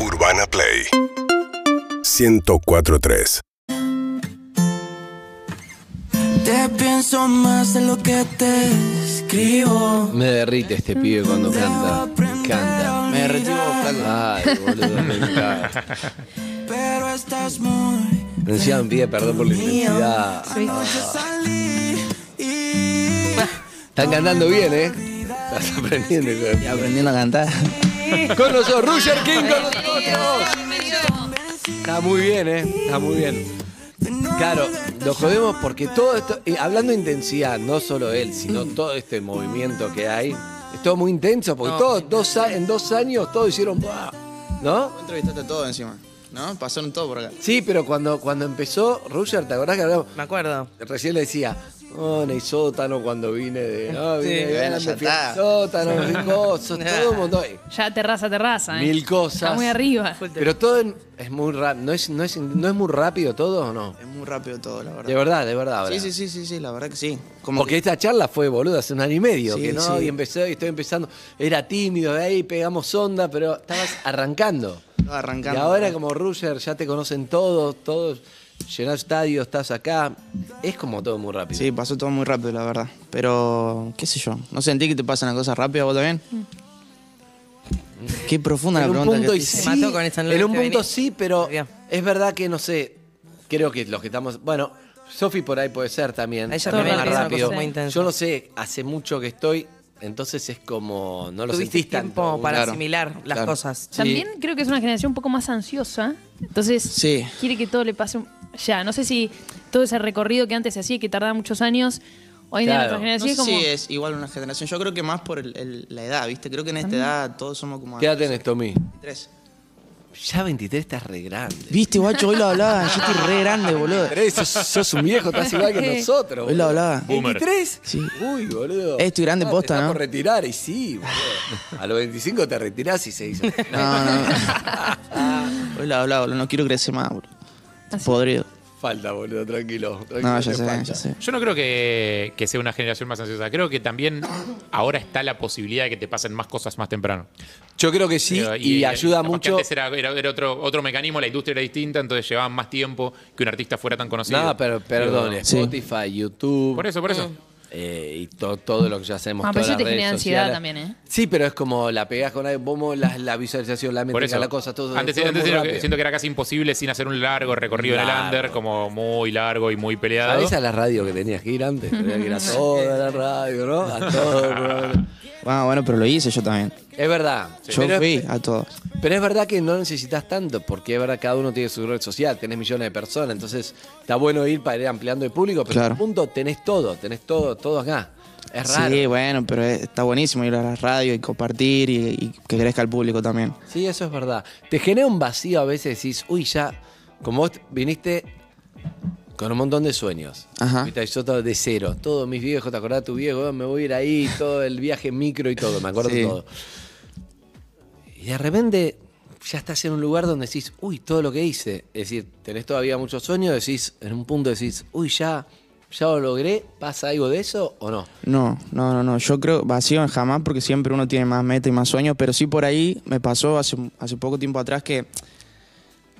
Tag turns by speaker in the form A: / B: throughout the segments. A: Urbana Play 1043
B: Te pienso más en lo que te escribo.
C: Me derrite este pibe cuando canta. Me encanta.
D: Me derretí vos, flaco.
C: Ay, boludo, me encanta.
B: Pero estás muy.
C: Encima me pide perdón por la intensidad.
E: Sí.
B: Salí y.
C: Están cantando bien, ¿eh? Estás aprendiendo, hijo de puta.
D: Aprendiendo a cantar.
C: Con nosotros, Roger King con nosotros. Está muy bien, ¿eh? Está muy bien. Claro, lo jodemos porque todo esto, eh, hablando de intensidad, no solo él, sino todo este movimiento que hay, es todo muy intenso porque todos dos, a- en dos años todos hicieron, ¡buah! ¿no?
D: Vos entrevistaste todo encima, ¿no? Pasaron todo por acá.
C: Sí, pero cuando, cuando empezó, Roger, ¿te acordás que hablamos?
F: Me acuerdo.
C: Recién le decía, oh, en el sótano cuando vine de. Oh, vine
F: Sí,
C: de
D: bueno,
C: grande,
D: ya
C: fui al
D: está.
C: sótano, mil cosas, todo un montón.
E: Ya terraza, terraza, ¿eh?
C: Mil cosas.
E: Está muy arriba.
C: Pero todo en- es muy rápido. ¿No es, no, es, ¿No es muy rápido todo o no?
D: Es muy rápido todo, la verdad.
C: De verdad, de verdad. ahora.
D: Sí, sí, sí, sí, sí, la verdad que sí. Como
C: Porque
D: que
C: esta charla fue, boludo, hace un año y medio.
D: Sí,
C: que no,
D: sí.
C: y empecé, y estoy empezando. Era tímido, de ahí pegamos onda, pero estabas arrancando.
D: estaba arrancando.
C: Y ahora como Roger, ya te conocen todos, todos. Llenás estadios, estás acá. Es como todo muy rápido.
D: Sí, pasó todo muy rápido, la verdad. Pero, qué sé yo. ¿No sentí que te pasan las cosas rápidas vos también? Qué profunda
C: en
D: la
C: un
D: pregunta
C: punto
D: que
C: y
D: te
C: sí,
D: hice.
F: Se mató con esta
C: en un
F: noche,
C: punto
F: vení.
C: sí, pero
F: Bien.
C: es verdad que no sé. Creo que los que estamos, bueno, Sofi por ahí puede ser también.
F: A ella
C: también
E: también
C: es más
E: le pasa
C: rápido.
E: cosas muy
F: intensas.
C: Yo no sé, hace mucho que estoy, entonces es como no lo
F: Tuviste
C: sentís
F: tiempo
C: tanto.
F: para
D: claro,
F: asimilar las
C: claro.
F: cosas.
E: También creo que es una generación un poco más ansiosa. Entonces,
D: Sí.
E: quiere que todo le pase un- ya. No sé si todo ese recorrido que antes se hacía y que tardaba muchos años, hoy en día
C: Claro.
E: nuestra
D: No
E: generación
D: sé
E: es como.
D: si es igual una generación. Yo creo que más por el- el- la edad, ¿viste? Creo que en esta edad todos somos como...
C: ¿Qué edad tenés, Tommy?
D: 23.
C: Ya 23 estás re grande.
D: Viste, guacho, hoy lo hablaba. Yo estoy re grande, boludo.
C: Tres, sos, sos un viejo, estás igual que nosotros.
D: Hoy lo
C: boludo.
D: hablaba.
C: ¿23?
D: Sí.
C: Uy, boludo.
D: Eh, estoy grande
C: Ah,
D: posta,
C: te
D: ¿no?
C: Por retirar, y sí, boludo. A los 25 te retirás y se dice.
D: No, no. Hoy lo hablaba, boludo. No quiero crecer más, boludo.
E: Ah,
D: Podrido.
C: Falta, boludo, tranquilo. tranquilo
D: No, ya
C: te
D: sé,
C: falta.
D: ya sé.
G: Yo no creo que, que sea una generación más ansiosa. Creo que también ahora está la posibilidad de que te pasen más cosas más temprano.
C: Yo creo que sí,
G: Creo,
C: y,
G: eh,
C: ayuda
G: capaz que
C: mucho.
G: Antes era, era- era otro, otro mecanismo, la industria era distinta, entonces llevaban más tiempo que un artista fuera tan conocido.
C: No, pero perdón,
G: Digo,
D: Sí.
C: Spotify, YouTube.
G: Por eso, por eso.
C: eh, y to- todo lo que ya hacemos.
E: Ah, pero
C: todas
E: eso
C: las
E: te
C: redes
E: genera
C: sociales.
E: ansiedad también, ¿eh?
C: Sí, pero es como la pegás con algo, vos la, la visualización, la
G: Por
C: métrica,
G: eso.
C: la cosa, todo.
G: antes
C: todo
G: antes
C: muy
G: era-
C: rápido.
G: siento que era casi imposible sin hacer un largo recorrido en
C: Largo.
G: el under, como muy largo y muy peleado.
C: ¿Sabés a la radio que tenías que ir antes? Tenías que ir a toda la radio, ¿no? A todo. ¿no?
D: Bueno, Ah, bueno, pero lo hice yo también.
C: Es verdad.
D: Yo
C: Pero-
D: fui a todos.
C: Pero es verdad que no necesitas tanto, porque es verdad cada uno tiene su red social, tenés millones de personas, entonces está bueno ir para ir ampliando el público, pero
D: Claro.
C: en un punto tenés todo, tenés todo, todo acá. Es raro.
D: Sí,
C: Sí,
D: bueno, pero eh, está buenísimo ir a la radio y compartir y, y que crezca el público también.
C: eso es verdad. Te genera un vacío a veces, decís, uy, ya, como vos viniste con un montón de sueños.
D: Ajá.
C: Viste, Yo todo de cero, todos mis viejos, ¿te acordás de tu viejo? "Oh, Me voy a ir ahí, todo el viaje en micro y todo, me acuerdo
D: Sí.
C: todo. Y de repente ya estás en un lugar donde decís, uy, todo lo que hice. Es decir, tenés todavía muchos sueños, decís, en un punto decís, uy, ya, ya lo logré, ¿pasa algo de eso o no?
D: No, no, no, no. Yo creo vacío en jamás porque siempre uno tiene más metas y más sueños, pero sí por ahí me pasó hace, hace poco tiempo atrás que,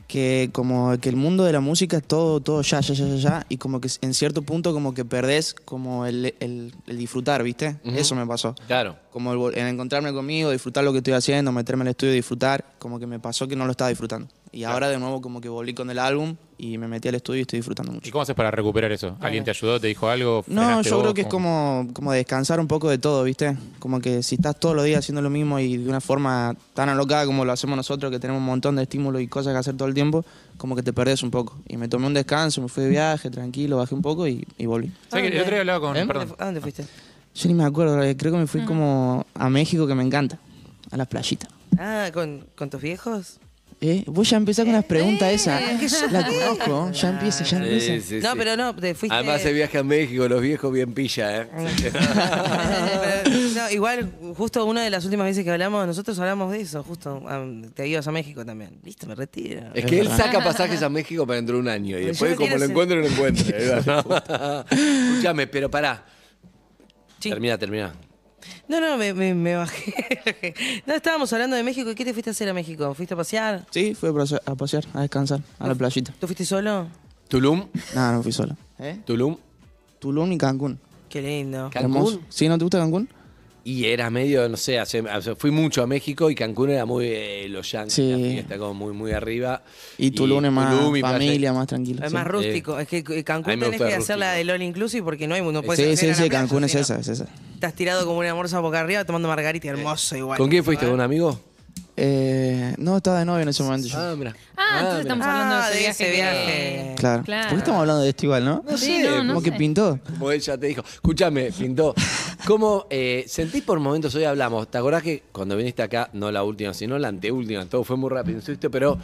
D: que como que el mundo de la música es todo, todo ya, ya, ya, ya, ya, y como que en cierto punto como que perdés como el, el- el disfrutar, ¿viste? Eso me pasó.
C: Claro.
D: Como el, vol- en encontrarme conmigo, disfrutar lo que estoy haciendo, meterme al estudio, disfrutar, como que me pasó que no lo estaba disfrutando. Y ahora de nuevo como que volví con el álbum y me metí al estudio y estoy disfrutando mucho.
G: ¿Y cómo haces para recuperar eso? ¿Alguien te ayudó? ¿Te dijo algo?
D: No,
G: ¿Frenaste
D: yo creo
G: vos?
D: que es
G: ¿Cómo?
D: como, como descansar un poco de todo, ¿viste? Como que si estás todos los días haciendo lo mismo y de una forma tan alocada como lo hacemos nosotros, que tenemos un montón de estímulos y cosas que hacer todo el tiempo, como que te perdés un poco. Y me tomé un descanso, me fui de viaje, tranquilo, bajé un poco y, y volví.
G: ¿Sabés que el otro día hablaba con.
D: Ah, ¿eh?
F: ¿A dónde,
G: perdón.
F: fu- a dónde fuiste?
D: Yo ni me acuerdo, eh, creo que me fui como a México, que me encanta, a las playitas.
F: Ah, ¿con, con tus viejos?
D: ¿Eh? Vos ya empezás con las
E: Eh.
D: preguntas esas. La conozco, ya empieza, ya empieza.
F: no, pero no, te fuiste.
C: Además se viaja a México, los viejos bien pilla, ¿eh?
F: Pero, Eh. no, igual, justo una de las últimas veces que hablamos, nosotros hablamos de eso, justo ah, te ibas a México también. Listo, me retiro.
C: Es que él saca pasajes a México para dentro de un año y
F: Pues Yo
C: después
F: no
C: como
F: quiero
C: lo
F: ser-
C: encuentre, lo encuentre. Escúchame, pero pará.
F: Sí.
C: Termina, termina.
F: No, no, me, me- me bajé. no, estábamos hablando de México. ¿Y qué te fuiste a hacer a México? ¿Fuiste a pasear?
D: Sí, fui a pasear, a pasear, a descansar, a la playita.
F: ¿Tú fuiste solo?
C: Tulum,
D: No, no fui solo.
C: Tulum,
D: Tulum y Cancún.
F: Qué lindo.
C: Cancún.
D: ¿Sí? ¿No te gusta Cancún?
C: Y era medio, no sé, hace- hace- fui mucho a México y Cancún era muy eh, los yankees,
D: Sí.
C: la fiesta como muy, muy arriba.
D: Y Tulum es más
C: Tulum y playa.
D: familia, más tranquilo.
F: Es
D: sí.
F: más rústico. Es que eh,
C: A mí
F: Cancún
C: me
F: tenés
C: gusta
F: que
C: el
F: hacer la
C: rústico.
F: del All Inclusive porque no hay no
C: Pues,
F: puedes
D: Sí,
F: hacer
D: sí,
F: a la
D: sí,
F: playa,
D: Cancún es
F: sino-
D: esa, es esa.
F: Estás tirado como una morsa boca arriba tomando margarita hermoso igual.
C: ¿Con quién fuiste? ¿Con un amigo?
D: Eh, no, estaba de novio en ese momento yo.
C: Ah, mira.
E: Ah, entonces estamos hablando de
F: Ah,
E: ese
F: de
E: viaje.
F: ese
E: que-
F: viaje.
D: Claro.
E: Claro.
D: ¿Por qué estamos hablando de esto igual, no?
E: Sí, sé, no, no
D: Como que
E: sé.
D: pintó.
C: Como ella te dijo. Escúchame, Pintó. ¿Cómo eh, sentís por momentos? Hoy hablamos. ¿Te acordás que cuando viniste acá, no la última, sino la anteúltima, todo fue muy rápido, insisto, pero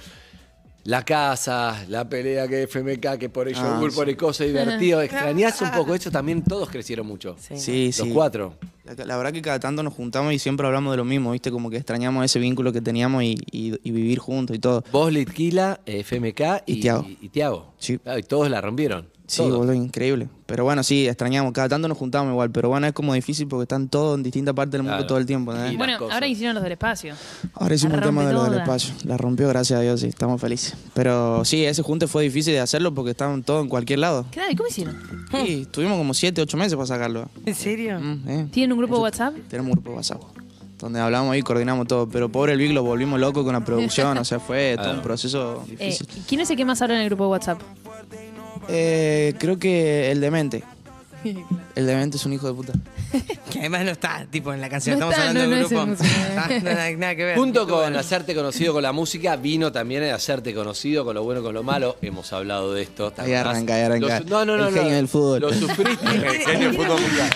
C: la casa, la pelea que FMK, que por el
D: Ah,
C: yogur,
D: sí.
C: por el coso divertido, extrañás un poco eso. También todos crecieron mucho.
D: Sí,
C: Los
D: sí.
C: cuatro.
D: La, la verdad que cada tanto nos juntamos y siempre hablamos de lo mismo, ¿viste? Como que extrañamos ese vínculo que teníamos y, y- y vivir juntos y todo.
C: Vos, Litquila, eh, FMK y,
D: Y Tiago.
C: Y, Tiago.
D: Sí.
C: Claro, y todos la rompieron.
D: Sí,
C: todos.
D: boludo, increíble. Pero bueno, sí, extrañamos. Cada tanto nos juntamos igual. Pero bueno, es como difícil porque están todos en distintas partes del mundo
C: Claro.
D: todo el tiempo. ¿eh?
C: Y
E: Bueno,
C: las cosas.
E: ahora hicieron los del espacio.
D: Ahora hicimos
E: La
D: un tema de
E: rompe
D: lo del
E: toda.
D: espacio. La rompió, gracias a Dios, sí, estamos felices. Pero sí, ese junte fue difícil de hacerlo porque estaban todos en cualquier lado.
E: Claro, ¿y cómo hicieron?
D: Y tuvimos como 7, 8 meses para sacarlo.
F: ¿En serio?
D: Mm, eh.
E: ¿Tienen un grupo de WhatsApp?
D: Tenemos un grupo de WhatsApp donde hablamos y coordinamos todo. Pero pobre el Vic lo volvimos loco con la producción. O sea, fue todo un proceso
E: Eh,
D: difícil.
E: ¿y ¿Quién es el que más habla en el grupo de WhatsApp?
D: Eh, creo que el demente. El demente es un hijo de puta.
F: Que además no está, tipo, en la canción.
E: No
F: Estamos
E: está,
F: hablando
E: no,
F: de
E: no es
F: un
E: en
F: grupo.
E: música.
F: Ah, no, no, nada que ver.
C: Junto con hacerte conocido con la música, vino también el hacerte conocido con lo bueno, con lo malo. Hemos hablado de esto. ¿te
D: Ahí
C: acordás?
D: arranca, ahí arranca.
C: Lo su- no, no,
D: El
C: no. no,
D: genio del fútbol.
C: Lo sufriste. El genio del fútbol mundial.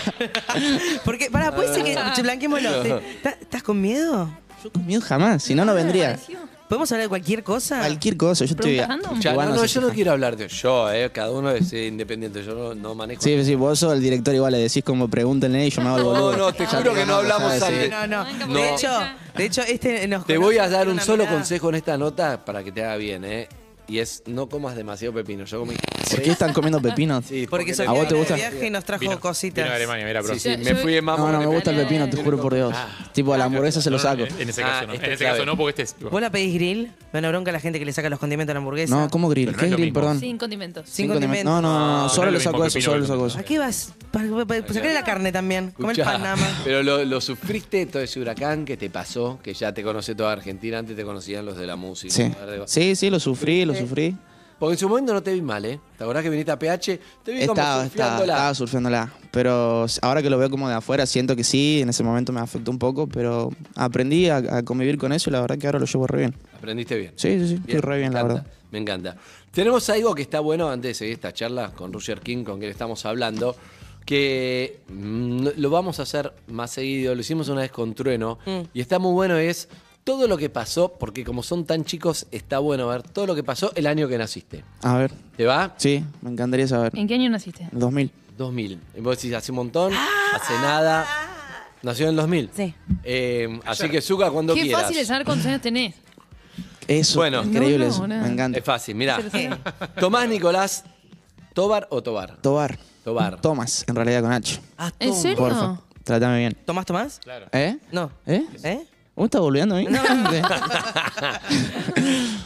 F: Porque, pará, puede ser que.
C: Ah.
F: che, Blanquémoslo. ¿Te- ta- ¿Estás con miedo?
D: Yo conmigo jamás, si no, no vendría.
F: ¿Podemos hablar de cualquier cosa?
D: Cualquier cosa, yo estoy.
E: ¿Preguntas random?
C: Ya, no,
D: cubano,
C: no,
D: sí,
C: yo no
D: sí.
C: quiero hablar de yo, eh, cada uno es eh, independiente, yo no, no manejo.
D: Sí, sí, vos sos el director igual, le decís como pregúntenle y yo me hago el boludo.
C: no, no, te
D: Ya
C: juro que no
D: tenemos,
C: hablamos
D: ¿sabes? Sí.
C: antes.
F: No, no, no.
C: No.
F: De hecho, de hecho este nos
C: Te
F: conoce
C: voy a dar
F: con
C: un
F: una
C: solo
F: mirada.
C: consejo en esta nota para que te haga bien, ¿eh? Y es no comas demasiado pepino. Yo comí.
D: ¿Por qué están comiendo pepinos?
C: Sí,
F: Porque
C: te-
F: Sofía
D: ¿A vos te
F: vino
D: gusta?
F: de viaje y nos trajo
G: Vino-
F: cositas.
G: vino de Alemania, mira, bro.
C: Sí, sí,
E: Yo-
C: me
E: yo-
C: fui de mambo.
D: No, no,
C: con
D: me
C: el
D: gusta el
C: pepino.
D: pepino, te juro por Dios. Tipo, a la hamburguesa se lo saco.
G: En ese
C: Ah,
G: caso no.
C: esta
G: En ese
C: clave.
G: caso no, porque este es.
F: ¿Vos la pedís grill? Me da una bronca la gente que le saca los condimentos a la hamburguesa.
D: No, ¿cómo grill?
G: Pero no
D: ¿Qué
G: es lo
D: grill,
G: mismo.
D: perdón?
E: Sin condimentos.
F: Sin condimentos.
D: No, no, no,
G: No,
D: solo
G: no
D: le
G: es lo
D: saco
G: mismo
D: eso,
G: pepino
D: solo
G: que
D: le saco
G: con
D: eso.
F: ¿A qué vas? Pa- pa- pa- Sacale la carne también. Come el
C: Escuchá,
F: pan nada más.
C: Pero lo, lo sufriste todo ese huracán que te pasó, que ya te conoce toda Argentina, antes te conocían los de la música.
D: Sí. sí, sí, lo sufrí, lo sufrí.
C: Porque en su momento no te vi mal, ¿eh? ¿Te acordás que viniste a PH? Te vi como
D: Estaba, estaba,
C: surfeándola.
D: estaba surfeándola. Pero ahora que lo veo como de afuera, siento que sí, en ese momento me afectó un poco, pero aprendí a, a convivir con eso y la verdad que ahora lo llevo re bien.
C: Aprendiste bien.
D: Sí, sí, sí, estoy re bien,
C: me
D: la
C: encanta,
D: verdad.
C: Me encanta. Tenemos algo que está bueno antes de seguir esta charla con Roger King, con quien estamos hablando, que mm, lo vamos a hacer más seguido. Lo hicimos una vez con Trueno
E: Mm.
C: y está muy bueno. Es todo lo que pasó, porque como son tan chicos, está bueno ver todo lo que pasó el año que naciste.
D: A ver,
C: ¿Te va?
D: sí, me encantaría saber.
E: ¿En qué año naciste?
D: 2000.
C: 2000. Y Vos decís, hace un montón,
E: Ah.
C: hace nada. Nació en el 2000.
F: Sí.
C: Eh, así que, Zuka, cuando
E: Qué
C: quieras.
E: fácil es saber cuántos años tenés.
D: Eso,
C: Bueno.
D: increíble
E: No, no,
D: eso,
E: nada.
D: me encanta.
C: Es fácil, mirá.
E: Se lo
C: Tomás Nicolás, ¿Tobar o Tobar?
D: Tobar.
C: Tobar.
D: Tomas, en realidad con H.
C: Ah,
E: ¿En
C: Tom.
E: serio?
D: Porfa, trátame bien.
F: ¿Tomás, Tomás?
D: ¿Eh?
F: No.
D: ¿Eh?
F: ¿Eh?
D: ¿Vos estás volviendo a mí? ¿Eh?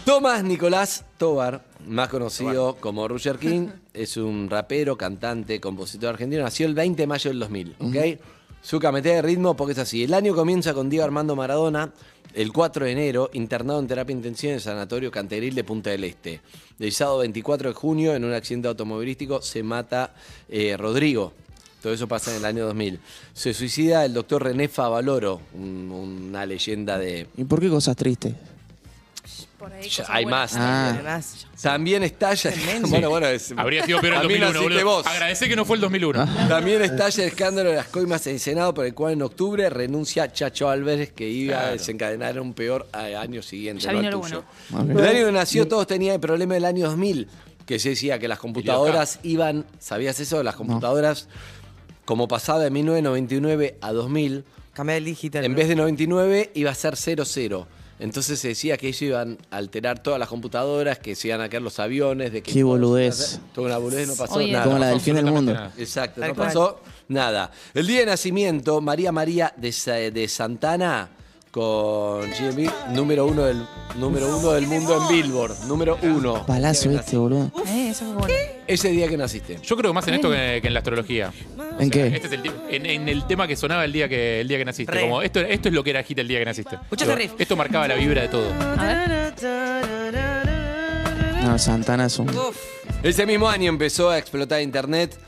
C: Tomás Nicolás Tobar, más conocido como Roger King, es un rapero, cantante, compositor argentino. Nació el 20 de mayo del 2000, ¿ok? Zucca, meté de ritmo porque es así. El año comienza con Diego Armando Maradona, el 4 de enero, internado en terapia intensiva en el Sanatorio Canteril de Punta del Este. El sábado 24 de junio, en un accidente automovilístico, se mata eh, Rodrigo. Todo eso pasa en el año 2000. Se suicida el doctor René Favaloro, un- una leyenda de...
D: ¿Y por qué cosas tristes?
C: Ya, hay más.
D: Ah.
F: Además,
C: También estalla. Bueno, bueno, es-
G: Habría sido peor el
C: A mí
G: 2001,
C: naciste
G: boludo.
C: vos.
G: Agradecé que no fue el 2001.
D: ¿Ah?
C: También estalla el escándalo de las coimas en el Senado, por el cual en octubre renuncia Chacho Álvarez, que iba a desencadenar un peor a- año siguiente.
E: Ya
C: no
E: vino
C: al
E: lo
C: tuyo.
D: bueno.
C: El año que nació, todos tenían el problema del año 2000, que se decía que las computadoras iban. ¿Sabías eso? Las computadoras, como pasaba de 1999 a 2000,
F: cambiar el digital.
C: En
F: ¿no?
C: vez de 99 iba a ser 00. Entonces se decía que ellos iban a alterar todas las computadoras, que se iban a caer los aviones, de que
D: Qué
C: todos
D: boludez.
C: iban a hacer- Toda una boludez Ah, no pasó
E: Oye.
C: nada.
D: Como la
G: no,
D: del fin del
G: absolutamente
D: mundo.
G: nada.
C: Exacto,
F: Tal
C: no
F: cual.
C: pasó nada. El día de nacimiento, María María de, Sa- de Santana con Jimmy, número uno del, número uno del mundo en Billboard, número uno.
D: Palazo este, boludo.
E: Eh, eso fue bueno.
C: Ese día que naciste.
G: Yo creo más en esto que, que en la astrología.
D: ¿En qué?
G: Este es el ti- en, en el tema que sonaba el día que, el día que naciste.
F: Re.
G: Como esto, esto es lo que era hit el día que naciste.
F: Escuchá este riff.
G: Esto marcaba la vibra de todo.
E: A ver.
D: No, Santana es un...
F: Uf,
C: Ese mismo año empezó a explotar internet.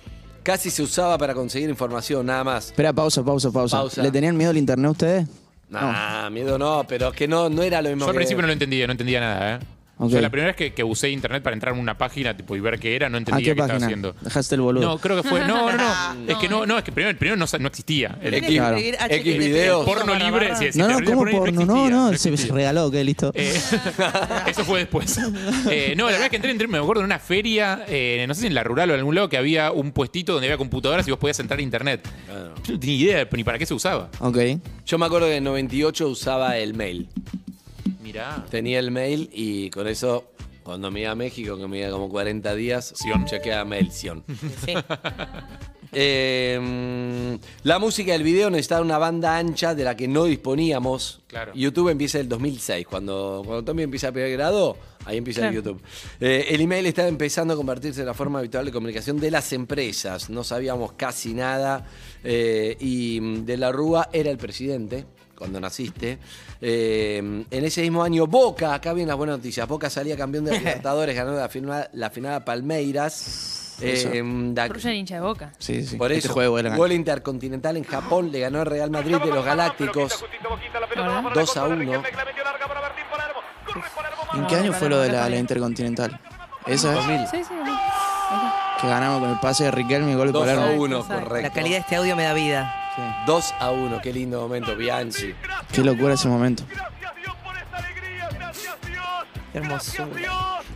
C: Casi se usaba para conseguir información, nada más.
D: Espera, pausa, pausa, pausa.
C: Pausa.
D: ¿Le tenían miedo al internet a ustedes?
C: Nah, Ah, miedo no, pero es que no, no era lo mismo
G: Yo al
C: que-
G: principio no lo entendía, no entendía nada, ¿eh?
D: Ok.
G: Yo la primera vez que, que usé internet para entrar en una página tipo, y ver qué era, no
D: ¿A
G: entendía
D: qué
G: estaba
D: página?
G: haciendo.
D: Dejaste el boludo.
G: No, creo que fue. No, no, no. es que no, no, es que primero, primero no, sa- no existía. El,
C: X,
F: Tenés que
D: Claro.
F: escribir
C: X
F: HTTP.
C: videos.
G: porno
F: Barra,
G: libre.
F: barra.
G: sí, sí,
D: no, no,
G: pero
D: ¿cómo
G: por ahí
D: porno? no,
G: existía,
D: no, se, se
G: existía.
D: regaló, ok, listo.
G: Eh, eso fue después. Eh, no, la verdad es que entré, entré, me acuerdo, en una feria, eh, no sé si en la rural o en algún lado, que había un puestito donde había computadoras y vos podías entrar a internet. Yo no tenía idea ni para qué se usaba.
D: Ok.
C: Yo me acuerdo que en 98 usaba el mail.
G: Mirá.
C: Tenía el mail y con eso, cuando me iba a México, que me iba como 40 días,
G: Sion. Hmm.
C: chequeaba mail, Sion. Eh, la música del video necesitaba una banda ancha de la que no disponíamos.
G: Claro.
C: YouTube empieza en el 2006. Cuando, cuando Tommy empieza a primer grado, ahí empieza el
E: Claro.
C: YouTube. Eh, el email estaba empezando a convertirse en la forma habitual de comunicación de las empresas. No sabíamos casi nada. Eh, y mm, De la Rúa era el presidente cuando naciste. Eh, en ese mismo año, Boca, acá vienen las buenas noticias. Boca salía campeón de la Libertadores, ganó la final, la final a Palmeiras.
D: Eso.
C: Eh, da-
E: Rusia hincha de boca.
D: Sí, sí.
C: por
D: este
C: eso,
D: juego era-
C: gol intercontinental en Japón, le ganó el Real Madrid de los Galácticos. 2 a 1.
D: ¿En qué año fue lo de la, la Intercontinental? Esa es
E: Sí, sí.
D: que ganamos con el pase de Riquelme y el gol de
C: 2 a
D: Palermo.
C: 1,
E: Exacto.
C: correcto.
F: La calidad de este audio me da vida.
D: Sí.
C: 2 a 1, qué lindo momento, Bianchi.
D: Qué locura ese momento.
F: Qué hermosura.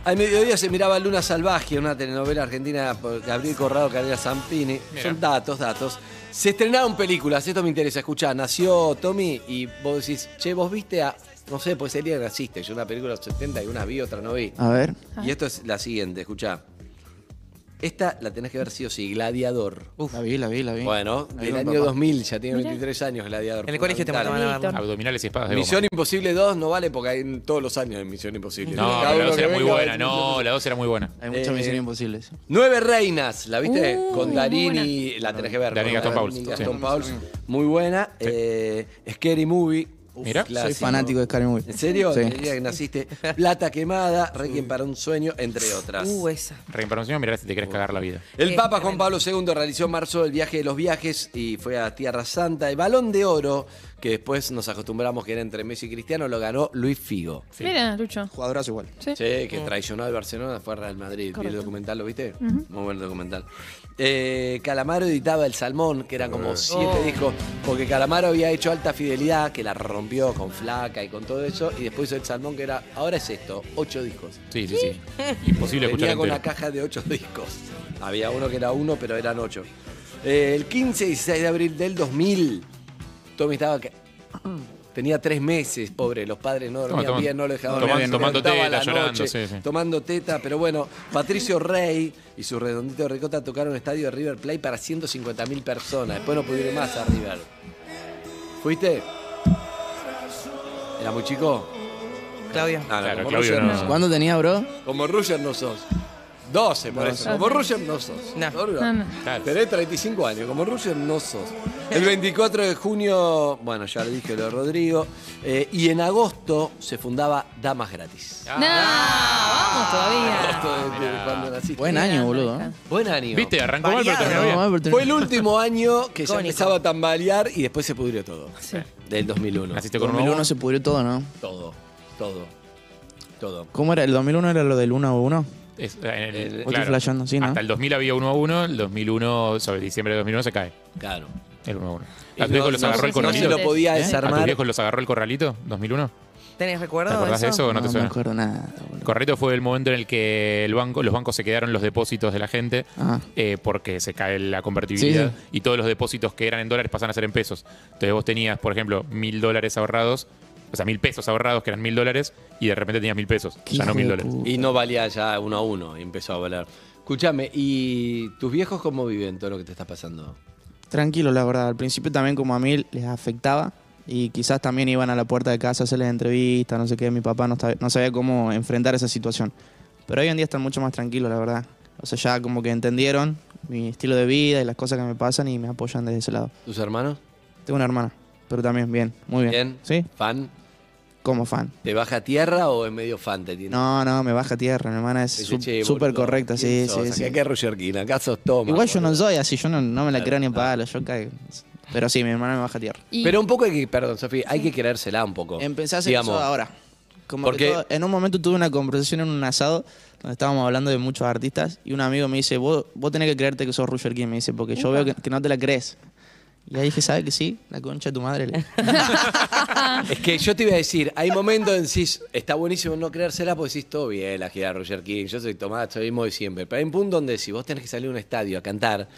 C: Al mediodía se miraba Luna Salvaje, una telenovela argentina por Gabriel Corrado, Gabriela Zampini.
G: Mira.
C: Son datos, datos. Se estrenaron películas, esto me interesa. Escuchá, nació Tommy y vos decís, che, vos viste a. No sé, pues sería que naciste. Yo una película de los 70 y una vi, otra no vi.
D: A ver.
C: Y esto es la siguiente, escuchá. Esta la tenés que ver sí o sí, Gladiador.
D: La vi, la vi, la vi.
C: Bueno,
D: La vi
C: del
D: con
C: año
D: papá.
C: 2000, ya tiene
E: Mirá.
C: 23 años Gladiador.
F: En el colegio te
C: fundamental.
F: mandaban a verlo.
G: Abdominales y espadas de goma.
C: Misión Imposible 2 no vale porque hay en todos los años en Misión Imposible.
G: No,
C: Cada
G: la
C: uno
G: 2
C: que
G: era muy
C: venga, eh,
G: buena.
C: es
G: No, la 2 era muy buena.
D: Hay muchas
C: Eh,
D: misiones imposibles.
C: Nueve Reinas, ¿la viste?
E: Uh,
C: Con Darini, la tenés que ver.
G: Darini
C: con
G: Gastón Pauls,
C: Darini
G: sí.
C: Gastón Pauls. Muy buena. Eh, Scary Movie. Uf,
G: Mirá. Soy
D: Soy
C: clásico.
D: fanático de Scary Movie.
C: ¿En serio?
D: Sí.
C: El día que naciste. Plata Quemada, Requiem para un Sueño, entre otras.
F: Uh, esa.
G: Reinformación, mirá si te querés cagar la vida.
C: El Papa Juan Pablo II realizó en marzo el viaje de los viajes y fue a Tierra Santa. El balón de oro, que después nos acostumbramos que era entre Messi y Cristiano, lo ganó Luis Figo.
E: Mira, Lucho.
D: Jugadorazo igual.
E: Sí.
C: Sí, que traicionó al Barcelona, fue a Real Madrid. Vi el
E: Correcto.
C: documental, ¿lo viste? Muy buen documental. Eh, Calamaro editaba El Salmón, que eran
D: Eh.
C: como siete
E: Oh.
C: discos, porque Calamaro había hecho Alta Fidelidad, que la rompió con Flaca y con todo eso, y después hizo El Salmón, que era, ahora es esto, ocho discos.
G: Sí, sí, sí. Imposible escuchar
C: Venía con
G: entero.
C: una caja de ocho discos. Había uno que era uno, pero eran ocho. Eh, el 15 y 16 de abril del 2000, Tommy estaba... ca- Tenía tres meses, pobre. Los padres no dormían
G: toma.
C: bien, no lo dejaban
G: Toman-
C: dormir,
G: tomando
C: levantaba
G: teta,
C: la
G: llorando,
C: noche,
G: sí, sí.
C: Tomando teta, pero bueno, Patricio Rey y su redondito de ricota tocaron el estadio de River Plate para 150.000 personas. Después no pudieron más a River. ¿Fuiste? ¿Era muy chico?
F: Claudio.
C: Ah, no,
G: Claro,
C: como
G: Claudio
C: Roger
G: no.
C: sos.
D: ¿Cuándo tenía, bro?
C: Como Ruger no sos. 12, por eso. Como Ruger no sos.
F: No.
C: Gordo.
E: No, no.
G: Claro.
C: Tenés 35 años. Como Ruger no sos. El 24 de junio, bueno, ya lo dije lo de Rodrigo. eh, y en agosto se fundaba Damas Gratis.
G: Ah.
C: Ah,
E: No, vamos todavía.
C: Agosto de- de cuando naciste.
D: Buen año, boludo. ¿eh?
C: Buen año.
G: Viste, arrancó mal, pero
F: Variado.
G: terminó bien.
D: No, pero
C: Fue
D: ten-
C: el último año que ya
F: Icónico.
C: empezaba a tambalear y después se pudrió todo.
E: Sí.
C: Del 2001.
G: Naciste con un
D: 2001 se pudrió todo, ¿no?
C: Todo, todo, todo.
D: ¿Cómo era? ¿El 2001 era lo del 1 a 1?
G: Es- en el-
C: El-
G: claro.
D: Estoy flasheando, sí, ¿no?
G: Hasta el 2000 había 1 a 1, el 2001, sobre diciembre de 2001 se cae
C: Claro.
G: el 1 a 1.
C: Y
G: ¿A tus viejos
C: no-
G: los
C: no-
G: agarró el
E: sé si
C: No se
G: corralito?
C: lo podía
D: ¿Eh?
G: ¿A tus
C: desarmar.
G: viejos los agarró el corralito? ¿2001?
F: ¿Tenés
G: ¿Te
F: recuerdo
G: acordás de eso o no te
D: me
G: suena?
D: acuerdo nada, boludo.
G: El corralito fue el momento en el que el banco, los bancos se quedaron los depósitos de la gente
D: Ajá.
G: eh, porque se cae la convertibilidad
D: Ah. Sí,
G: y todos los depósitos que eran en dólares pasan a ser en pesos. Entonces vos tenías, por ejemplo, mil dólares ahorrados o sea, mil pesos ahorrados, que eran mil dólares, y de repente tenías mil pesos,
D: Qué
G: ya no
D: hijo
G: mil
D: de
G: dólares.
D: puta.
C: Y no valía ya uno a uno, y empezó a valer. Escúchame, ¿y tus viejos cómo viven todo lo que te está pasando?
D: Tranquilo, la verdad. Al principio también como a mí les afectaba y quizás también iban a la puerta de casa a hacerles entrevistas, no sé qué. Mi papá no, estaba- no sabía cómo enfrentar esa situación. Pero hoy en día están mucho más tranquilos, la verdad. O sea, ya como que entendieron mi estilo de vida y las cosas que me pasan y me apoyan desde ese lado.
C: ¿Tus hermanos?
D: Tengo una hermana, pero también bien, muy bien.
C: ¿Bien?
D: ¿Sí?
C: ¿Fan?
D: Como fan.
C: ¿Te baja a tierra o es medio fan te tiene?
D: No, no, me baja tierra, mi hermana es
C: Te dice,
D: sup-
C: "Che,
D: súper
C: boludo,
D: correcta, sí,
C: ¿quién sos?
D: sí, sí.
C: Acá es Roger King, acá sos Toma.
D: Igual yo no
C: boludo.
D: soy así, yo no, no me la
C: Claro,
D: creo ni en
C: no.
D: palo, yo caigo. Pero sí, mi hermana me baja tierra.
E: Y-
C: Pero un poco hay que, perdón, Sofía, hay que querérsela un poco.
D: Empecé a hacer
C: Digamos,
D: eso ahora. Como
C: Porque-
D: que todo- en un momento tuve una conversación en un asado donde estábamos hablando de muchos artistas y un amigo me dice, vos, vos tenés que creerte que sos Roger King, me dice, porque yo veo que, que no te la crees. Y ahí dije, ¿sabes que sí? La concha de tu madre. le-".
C: Es que yo te iba a decir, hay momentos en decís, está buenísimo no creérsela porque decís todo bien, la gira de Roger King, yo soy Tomás, soy mismo de siempre. Pero hay un punto donde si vos tenés que salir a un estadio a cantar,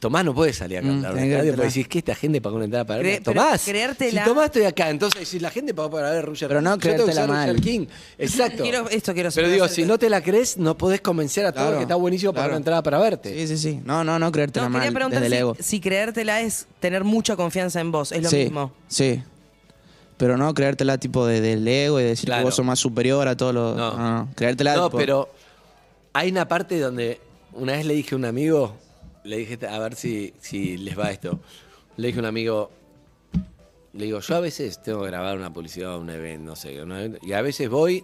C: Tomás no puede salir a
D: Mm,
C: cantar a un
D: tenés que
C: estadio
D: entrar.
C: porque decís que esta gente pagó una entrada para
F: Cre-
C: verme.
F: pero
C: Tomás,
F: creértela-
C: si Tomás estoy acá, entonces decís, la gente pagó para ver Roger
D: Pero no
C: King, yo tengo que
D: creértela
C: ser Roger
D: mal.
C: King. Exacto.
F: Quiero- esto quiero
C: Pero
F: hacer-
C: digo,
F: hacer-
C: si no te la crees, no podés convencer a todos
D: Claro,
C: que está buenísimo pagar
D: claro.
C: una entrada para verte.
D: sí, sí, sí. No, no, no creértela
F: No, quería
D: mal,
F: preguntar
D: desde el
F: si-
D: ego.
F: si, creértela es tener mucha confianza en vos. Es lo
D: sí,
F: mismo.
D: Sí. Pero no creértela tipo de, del ego y decir
C: Claro.
D: que vos sos más superior a todos los...
C: No.
D: No, no, creértela...
C: No,
D: tipo-
C: pero hay una parte donde una vez le dije a un amigo, le dije, a ver si, si les va esto. Le dije a un amigo, le digo, yo a veces tengo que grabar una publicidad, un evento, no sé, un evento, y a veces voy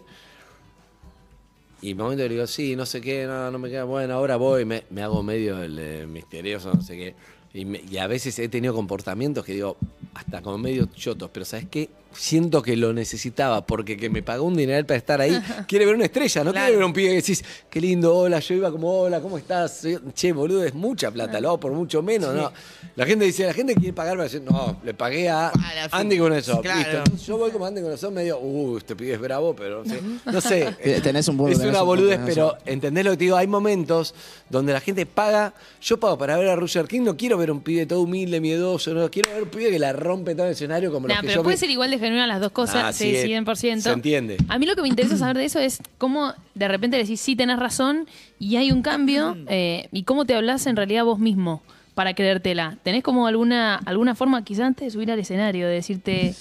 C: y en un momento le digo, sí, no sé qué, no, no me queda bueno, ahora voy, me, me hago medio el eh, misterioso, no sé qué. Y, me- y a veces he tenido comportamientos que digo, hasta como medio chotos, pero ¿sabes qué? Siento que lo necesitaba porque que me pagó un dineral para estar ahí. Quiere ver una estrella, no quiere
F: Claro.
C: ver un pibe que decís, qué lindo, hola, yo iba como, hola, ¿cómo estás? Che, boludo, es mucha plata, lo hago por mucho menos, ¿no? La gente dice, la gente quiere pagar para decir, no, le pagué a
F: Para,
C: Andy con eso.
F: claro.
C: Yo voy como Andy con eso, medio, uh, este pibe es bravo, pero no sé. No sé.
D: Eh, tenés un punto,
C: Es
D: tenés
C: una
D: un punto,
C: boludez,
D: tenés un
C: pero entendés lo que te digo. Hay momentos donde la gente paga. Yo pago para ver a Roger King. No quiero ver un pibe todo humilde, miedoso. No quiero ver un pibe que la rompe todo el escenario como
E: Nah,
C: los que
E: pero
C: yo
E: puede
C: vi.
E: ser igual de genuina las dos cosas,
C: Nah,
E: sí,
C: sí,
E: 100%.
C: se entiende.
E: A mí lo que me interesa saber de eso es cómo de repente decís, sí, tenés razón y hay un cambio eh, y cómo te hablas en realidad vos mismo para creértela. ¿Tenés como alguna alguna forma quizás antes de subir al escenario, de decirte,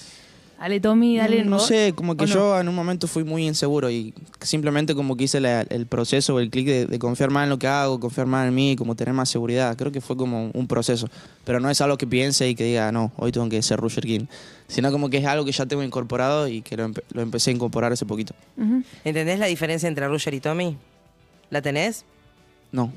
E: dale Tommy, dale...
D: Mm, No
E: vos?"
D: sé, como que
E: ¿O no?
D: yo en un momento fui muy inseguro y simplemente como que hice la- el proceso o el clic de, de confiar más en lo que hago, confiar más en mí, como tener más seguridad. Creo que fue como un proceso. Pero no es algo que piense y que diga, no, hoy tengo que ser Roger King. Sino como que es algo que ya tengo incorporado y que lo, empe- lo empecé a incorporar hace poquito.
F: ¿Entendés la diferencia entre Roger y Tommy? ¿La tenés?
D: No.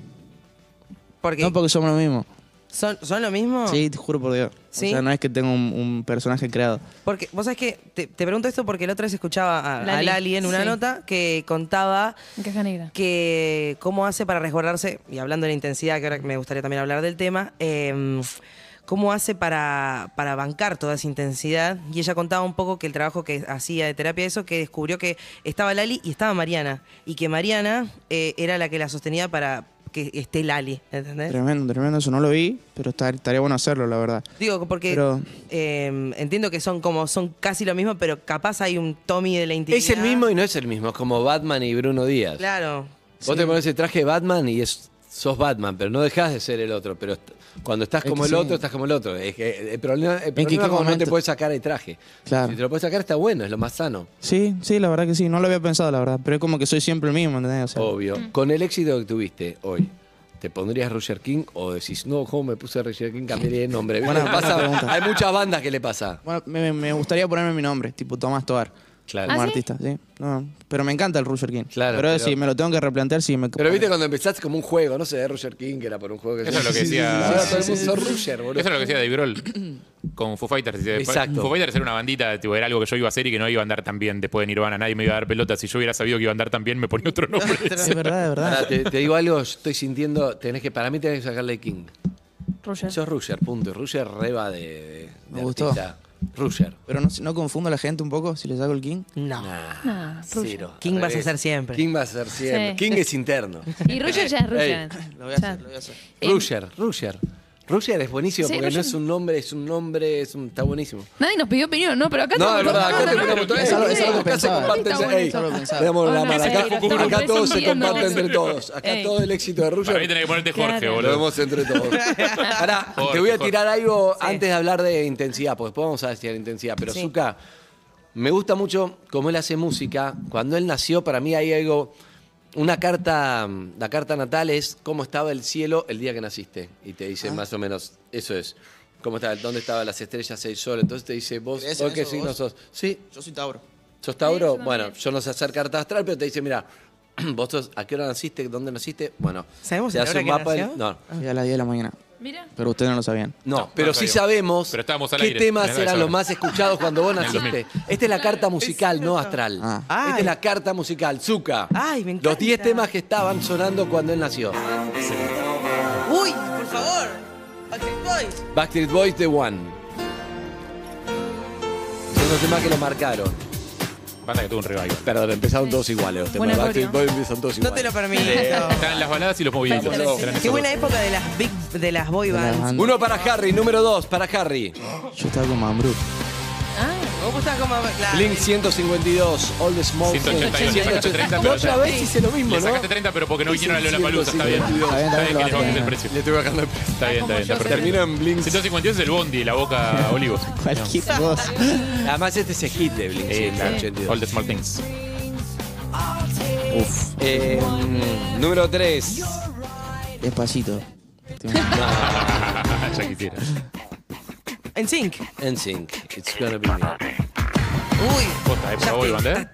F: Porque
D: No porque somos lo mismo.
F: son, son lo mismo.
D: Sí, te juro por Dios.
F: Sí.
D: O sea, no es que tengo un, un personaje creado.
F: Porque, vos sabés que te, te pregunto esto porque la otra vez escuchaba a a Lali,
E: Lali,
F: en una
E: sí.
F: nota que contaba
E: En Caja negra.
F: que cómo hace para resguardarse, y hablando de la intensidad, que ahora me gustaría también hablar del tema, eh, cómo hace para, para bancar toda esa intensidad. Y ella contaba un poco que el trabajo que hacía de terapia, eso, que descubrió que estaba Lali y estaba Mariana, y que Mariana eh, era la que la sostenía para que esté Lali, ¿entendés?
D: Tremendo, tremendo. Eso no lo vi, pero estar- estaría bueno hacerlo, la verdad.
F: Digo, porque
D: Pero-
F: eh, entiendo que son como son casi lo mismo, pero capaz hay un Tommy de la intimidad.
C: Es el mismo y no es el mismo. Es como Batman y Bruno Díaz.
F: Claro.
C: Vos te pones el traje de Batman y es, sos Batman, pero no dejás de ser el otro. Pero est- cuando estás
D: Es
C: como
D: que
C: el
D: sí.
C: otro, estás como el otro. Es que el problema, el
D: que
C: problema
D: qué
C: es cuando no te
D: momento-
C: puedes sacar el traje.
D: Claro.
C: Si te lo puedes sacar, está bueno, es lo más sano.
D: Sí, sí, la verdad que sí. No lo había pensado, la verdad. Pero es como que soy siempre el mismo, ¿entendés? O sea,
C: Obvio. Con el éxito que tuviste hoy, ¿te pondrías Roger King o decís, no, ¿cómo me puse Roger King? Cambiaría de nombre.
D: Buena-
C: ¿Viste? Pasa-
D: buena pregunta.
C: hay muchas bandas que le pasa.
D: Bueno, me, me gustaría ponerme mi nombre, tipo Tomás Toar.
C: Claro.
D: Como
E: ¿Ah, sí?
D: artista, sí. No, pero me encanta el Roger King.
C: Claro,
D: Pero,
C: pero-
D: sí, me lo tengo que replantear si me.
C: Pero viste cuando empezaste como un juego, no sé, de Roger King, que era por un juego que
G: Eso es lo que
C: Sí, sí, sí,
G: decía-
C: sí, sí, todo el mundo, sos Roger, boludo.
G: Eso es lo que decía Dave Grohl con Foo Fighters. Dice,
C: Exacto.
G: Foo Fighters era una bandita, tipo, era algo que yo iba a hacer y que no iba a andar tan bien después de Nirvana. Nadie me iba a dar pelota. Si yo hubiera sabido que iba a andar tan bien, me ponía otro nombre.
D: Es
C: Pará,
D: verdad, es verdad.
C: te, te digo algo, estoy sintiendo, tenés que, para mí tenés que sacarle King.
E: Roger.
C: Sos Rusher, punto. Rusher reba de, de
D: Me gustó.
C: artista. Rusher.
D: Pero no, no confundo a la gente un poco si les hago el King.
F: No.
E: Nah, Roger.
C: Cero.
F: King
C: Al
F: vas a
C: revés.
F: ser siempre.
C: King va a ser siempre.
E: Sí.
C: King es interno.
E: Y Roger ya es Roger.
C: Ey,
D: Lo voy a hacer,
E: Ya.
D: lo voy a hacer.
E: Eh,
C: Rusher, Rusher. Roger es buenísimo
E: Sí,
C: porque no
E: Roger.
C: es un nombre, es un nombre, es un- está buenísimo.
E: Nadie nos pidió opinión, ¿no? Pero acá
C: No,
E: todo-
C: es verdad, acá te ponemos todo.
D: Es algo-
C: Ey,
D: es algo que
C: acá se
D: pensaba.
C: comparten-
E: Está bueno
C: ey,
E: eso.
D: Solo pensaba.
C: veamos la
E: Ah, no,
C: mano,
E: sí,
C: acá-
E: lo estamos
C: Acá todo se
E: presintiendo.
C: comparte entre todos. Acá
E: Ey.
C: todo el éxito de
G: Para mí
C: Roger
G: tenés que ponerte Jorge,
E: Claro.
C: lo
G: boludo.
C: vemos entre todos. Ahora,
G: Jorge,
C: te voy a
G: Jorge.
C: tirar algo antes de hablar de intensidad, porque después vamos a decir intensidad. Pero
F: Sí.
C: Zuka, me gusta mucho cómo él hace música. Cuando él nació, para mí hay algo. Una carta, la carta natal es cómo estaba el cielo el día que naciste. Y te dice más o menos, eso es. ¿Cómo estaba? ¿Dónde estaban las estrellas, el sol? Entonces te dice, vos,
D: ¿Crees en
C: vos qué
D: eso
C: signo
D: vos?
C: sos. Sí,
D: Yo soy Tauro.
C: ¿Sos Tauro? bueno, yo no sé hacer carta astral, pero te dice, mira, vos sos, ¿a qué hora naciste? ¿Dónde naciste? Bueno,
F: ¿Sabemos
C: te
F: a la hora que
C: del-
F: nació?
C: No,
D: Y Ah, a las 10 de la mañana.
E: Mira.
D: Pero ustedes no lo sabían.
C: no,
G: No,
C: pero
G: no
C: sí
G: sabíamos.
C: sabemos
G: Pero estábamos al
C: qué
G: aire.
C: temas
G: Nadie
C: eran
G: sabe.
C: los más escuchados cuando vos
G: el 2000.
C: naciste. Esta es la carta musical, no astral.
D: Ah.
C: Esta es
F: Ay.
C: la carta musical, Zuka.
F: Ay, me
C: Los 10
F: encanta.
C: temas que estaban sonando cuando él nació.
F: Uy, por favor. Patrick Boys.
C: Backstreet Boys, The One. Son los temas que lo marcaron.
G: Banda que tuvo un revival.
C: Perdón, empezaron todos iguales los temas.
E: Buena
C: Backstreet
E: coreo.
C: Boys empiezan todos
F: No
C: iguales.
F: te lo permito.
G: Estaban las baladas y los moviditos.
C: Vamos, loco.
G: Eran esos
F: Qué buena
G: dos.
F: época de las big, de las boy
D: De las
F: bands.
D: bandas.
C: Uno para Harry, número dos para Harry.
D: Yo estaba con Mambrú.
E: Ah,
F: Vos estás como claro.
C: Blink 152, All the Smoke.
G: 188, le sacaste 30,
C: La
G: pero
C: otra
G: ya-
C: vez hice lo mismo,
G: Le
C: ¿no?
G: sacaste 30, pero porque no
C: Es
G: vinieron a
C: el
G: Lola Palusa, está bien.
C: 152.
G: Está bien,
D: Está bien,
G: que les
D: lo
G: bajen el
D: bajé.
G: precio.
C: Le estoy bajando el precio.
G: Está bien, está bien. la apertura.
C: Termina en Blink.
G: 152 es el bondi, la boca olivos.
D: Cualquier cosa.
C: Además, este se hit de Blink
G: Eh, claro.
C: 182.
G: All the small things.
D: Uf.
C: Eh, mm, número 3.
D: Despacito.
G: Ah, ya quisiera.
F: En sync.
C: NSYNC. It's gonna be me.
F: Uy.
G: Posta, época boy band, ¿eh?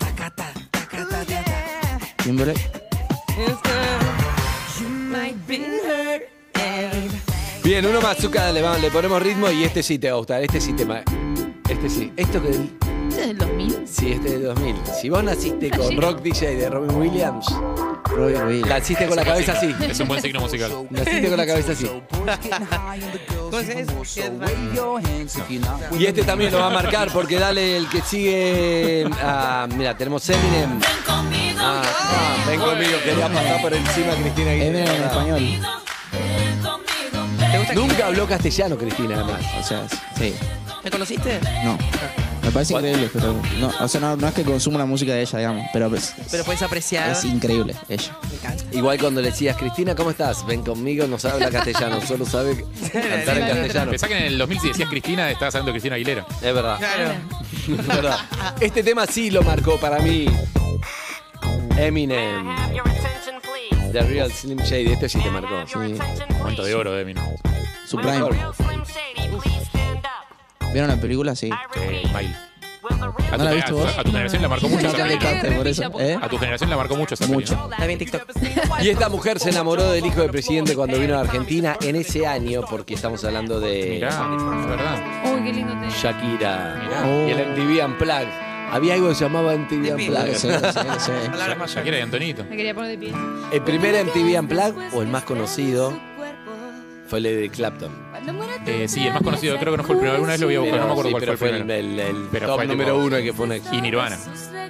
D: Timberlake.
F: Este,
C: Bien, uno más, Zuka, dale, vamos, le ponemos ritmo y este sí te va a gustar. Este sí te va. Este sí. Esto que.
E: ¿este es del 2000?
C: Sí, este es de 2000. Si vos naciste con
E: Sí.
C: Rock DJ de Robin Williams,
D: Robbie Williams.
C: naciste con la cabeza así.
G: Es un buen signo musical.
C: Naciste con la cabeza así.
F: ¿Cómo se dice?
C: Y este también lo va a marcar porque dale el que sigue. ah, mira, tenemos Eminem. Ah, ah, ven conmigo, quería pasar por encima a Cristina
D: Eminem en
C: Aguilera.
D: español.
C: Nunca habló castellano, Cristina, además.
D: O sea, sí.
F: ¿Me conociste?
D: No. Me parece increíble, pero no, o sea, no, no es que consumo la música de ella, digamos, pero pues,
F: Pero puedes apreciar.
D: es increíble ella.
C: Igual cuando le decías, Cristina, ¿cómo estás? Ven conmigo, no sabe hablar castellano, solo sabe cantar en castellano.
G: Pensá que en el 2000 si decías Cristina, estaba saliendo Cristina Aguilera.
C: Es verdad.
F: Claro.
C: Es verdad. Este tema sí lo marcó para mí. Eminem. The Real Slim Shady. Este sí te marcó.
G: Cuánto de oro, Demi. ¿no?
D: Su prime. ¿Vieron la película? Sí.
G: Eh, Miley. A tu,
D: ¿No la
G: a-
D: viste vos?
G: a tu generación la marcó mucho esa
D: Ya le
G: película.
D: canté por eso. ¿Eh?
G: A tu generación la marcó mucho esa
D: Mucho.
G: película.
F: También TikTok.
C: Y esta mujer se enamoró del hijo del presidente cuando vino a Argentina en ese año, porque estamos hablando de
G: Mirá, es verdad.
E: Uy, qué lindo te.
C: Shakira
G: Mirá.
C: y el MTV Unplugged. Había algo que se llamaba MTV
D: Lo sé,
C: Unplugged.
D: lo sé, lo sé.
G: Ya- Shakira y Antonito.
E: Me quería poner de pie.
C: El primer MTV Unplugged, o el más conocido, fue el de Clapton.
G: Eh, sí, el más conocido, creo que no fue el primero. Alguna vez lo voy a buscar, no me acuerdo
C: sí,
G: cuál
C: pero fue
G: fue el
C: el,
G: primero.
C: el- el
G: Pero
C: top
G: fue tipo-
C: número uno que pone
G: Y Nirvana.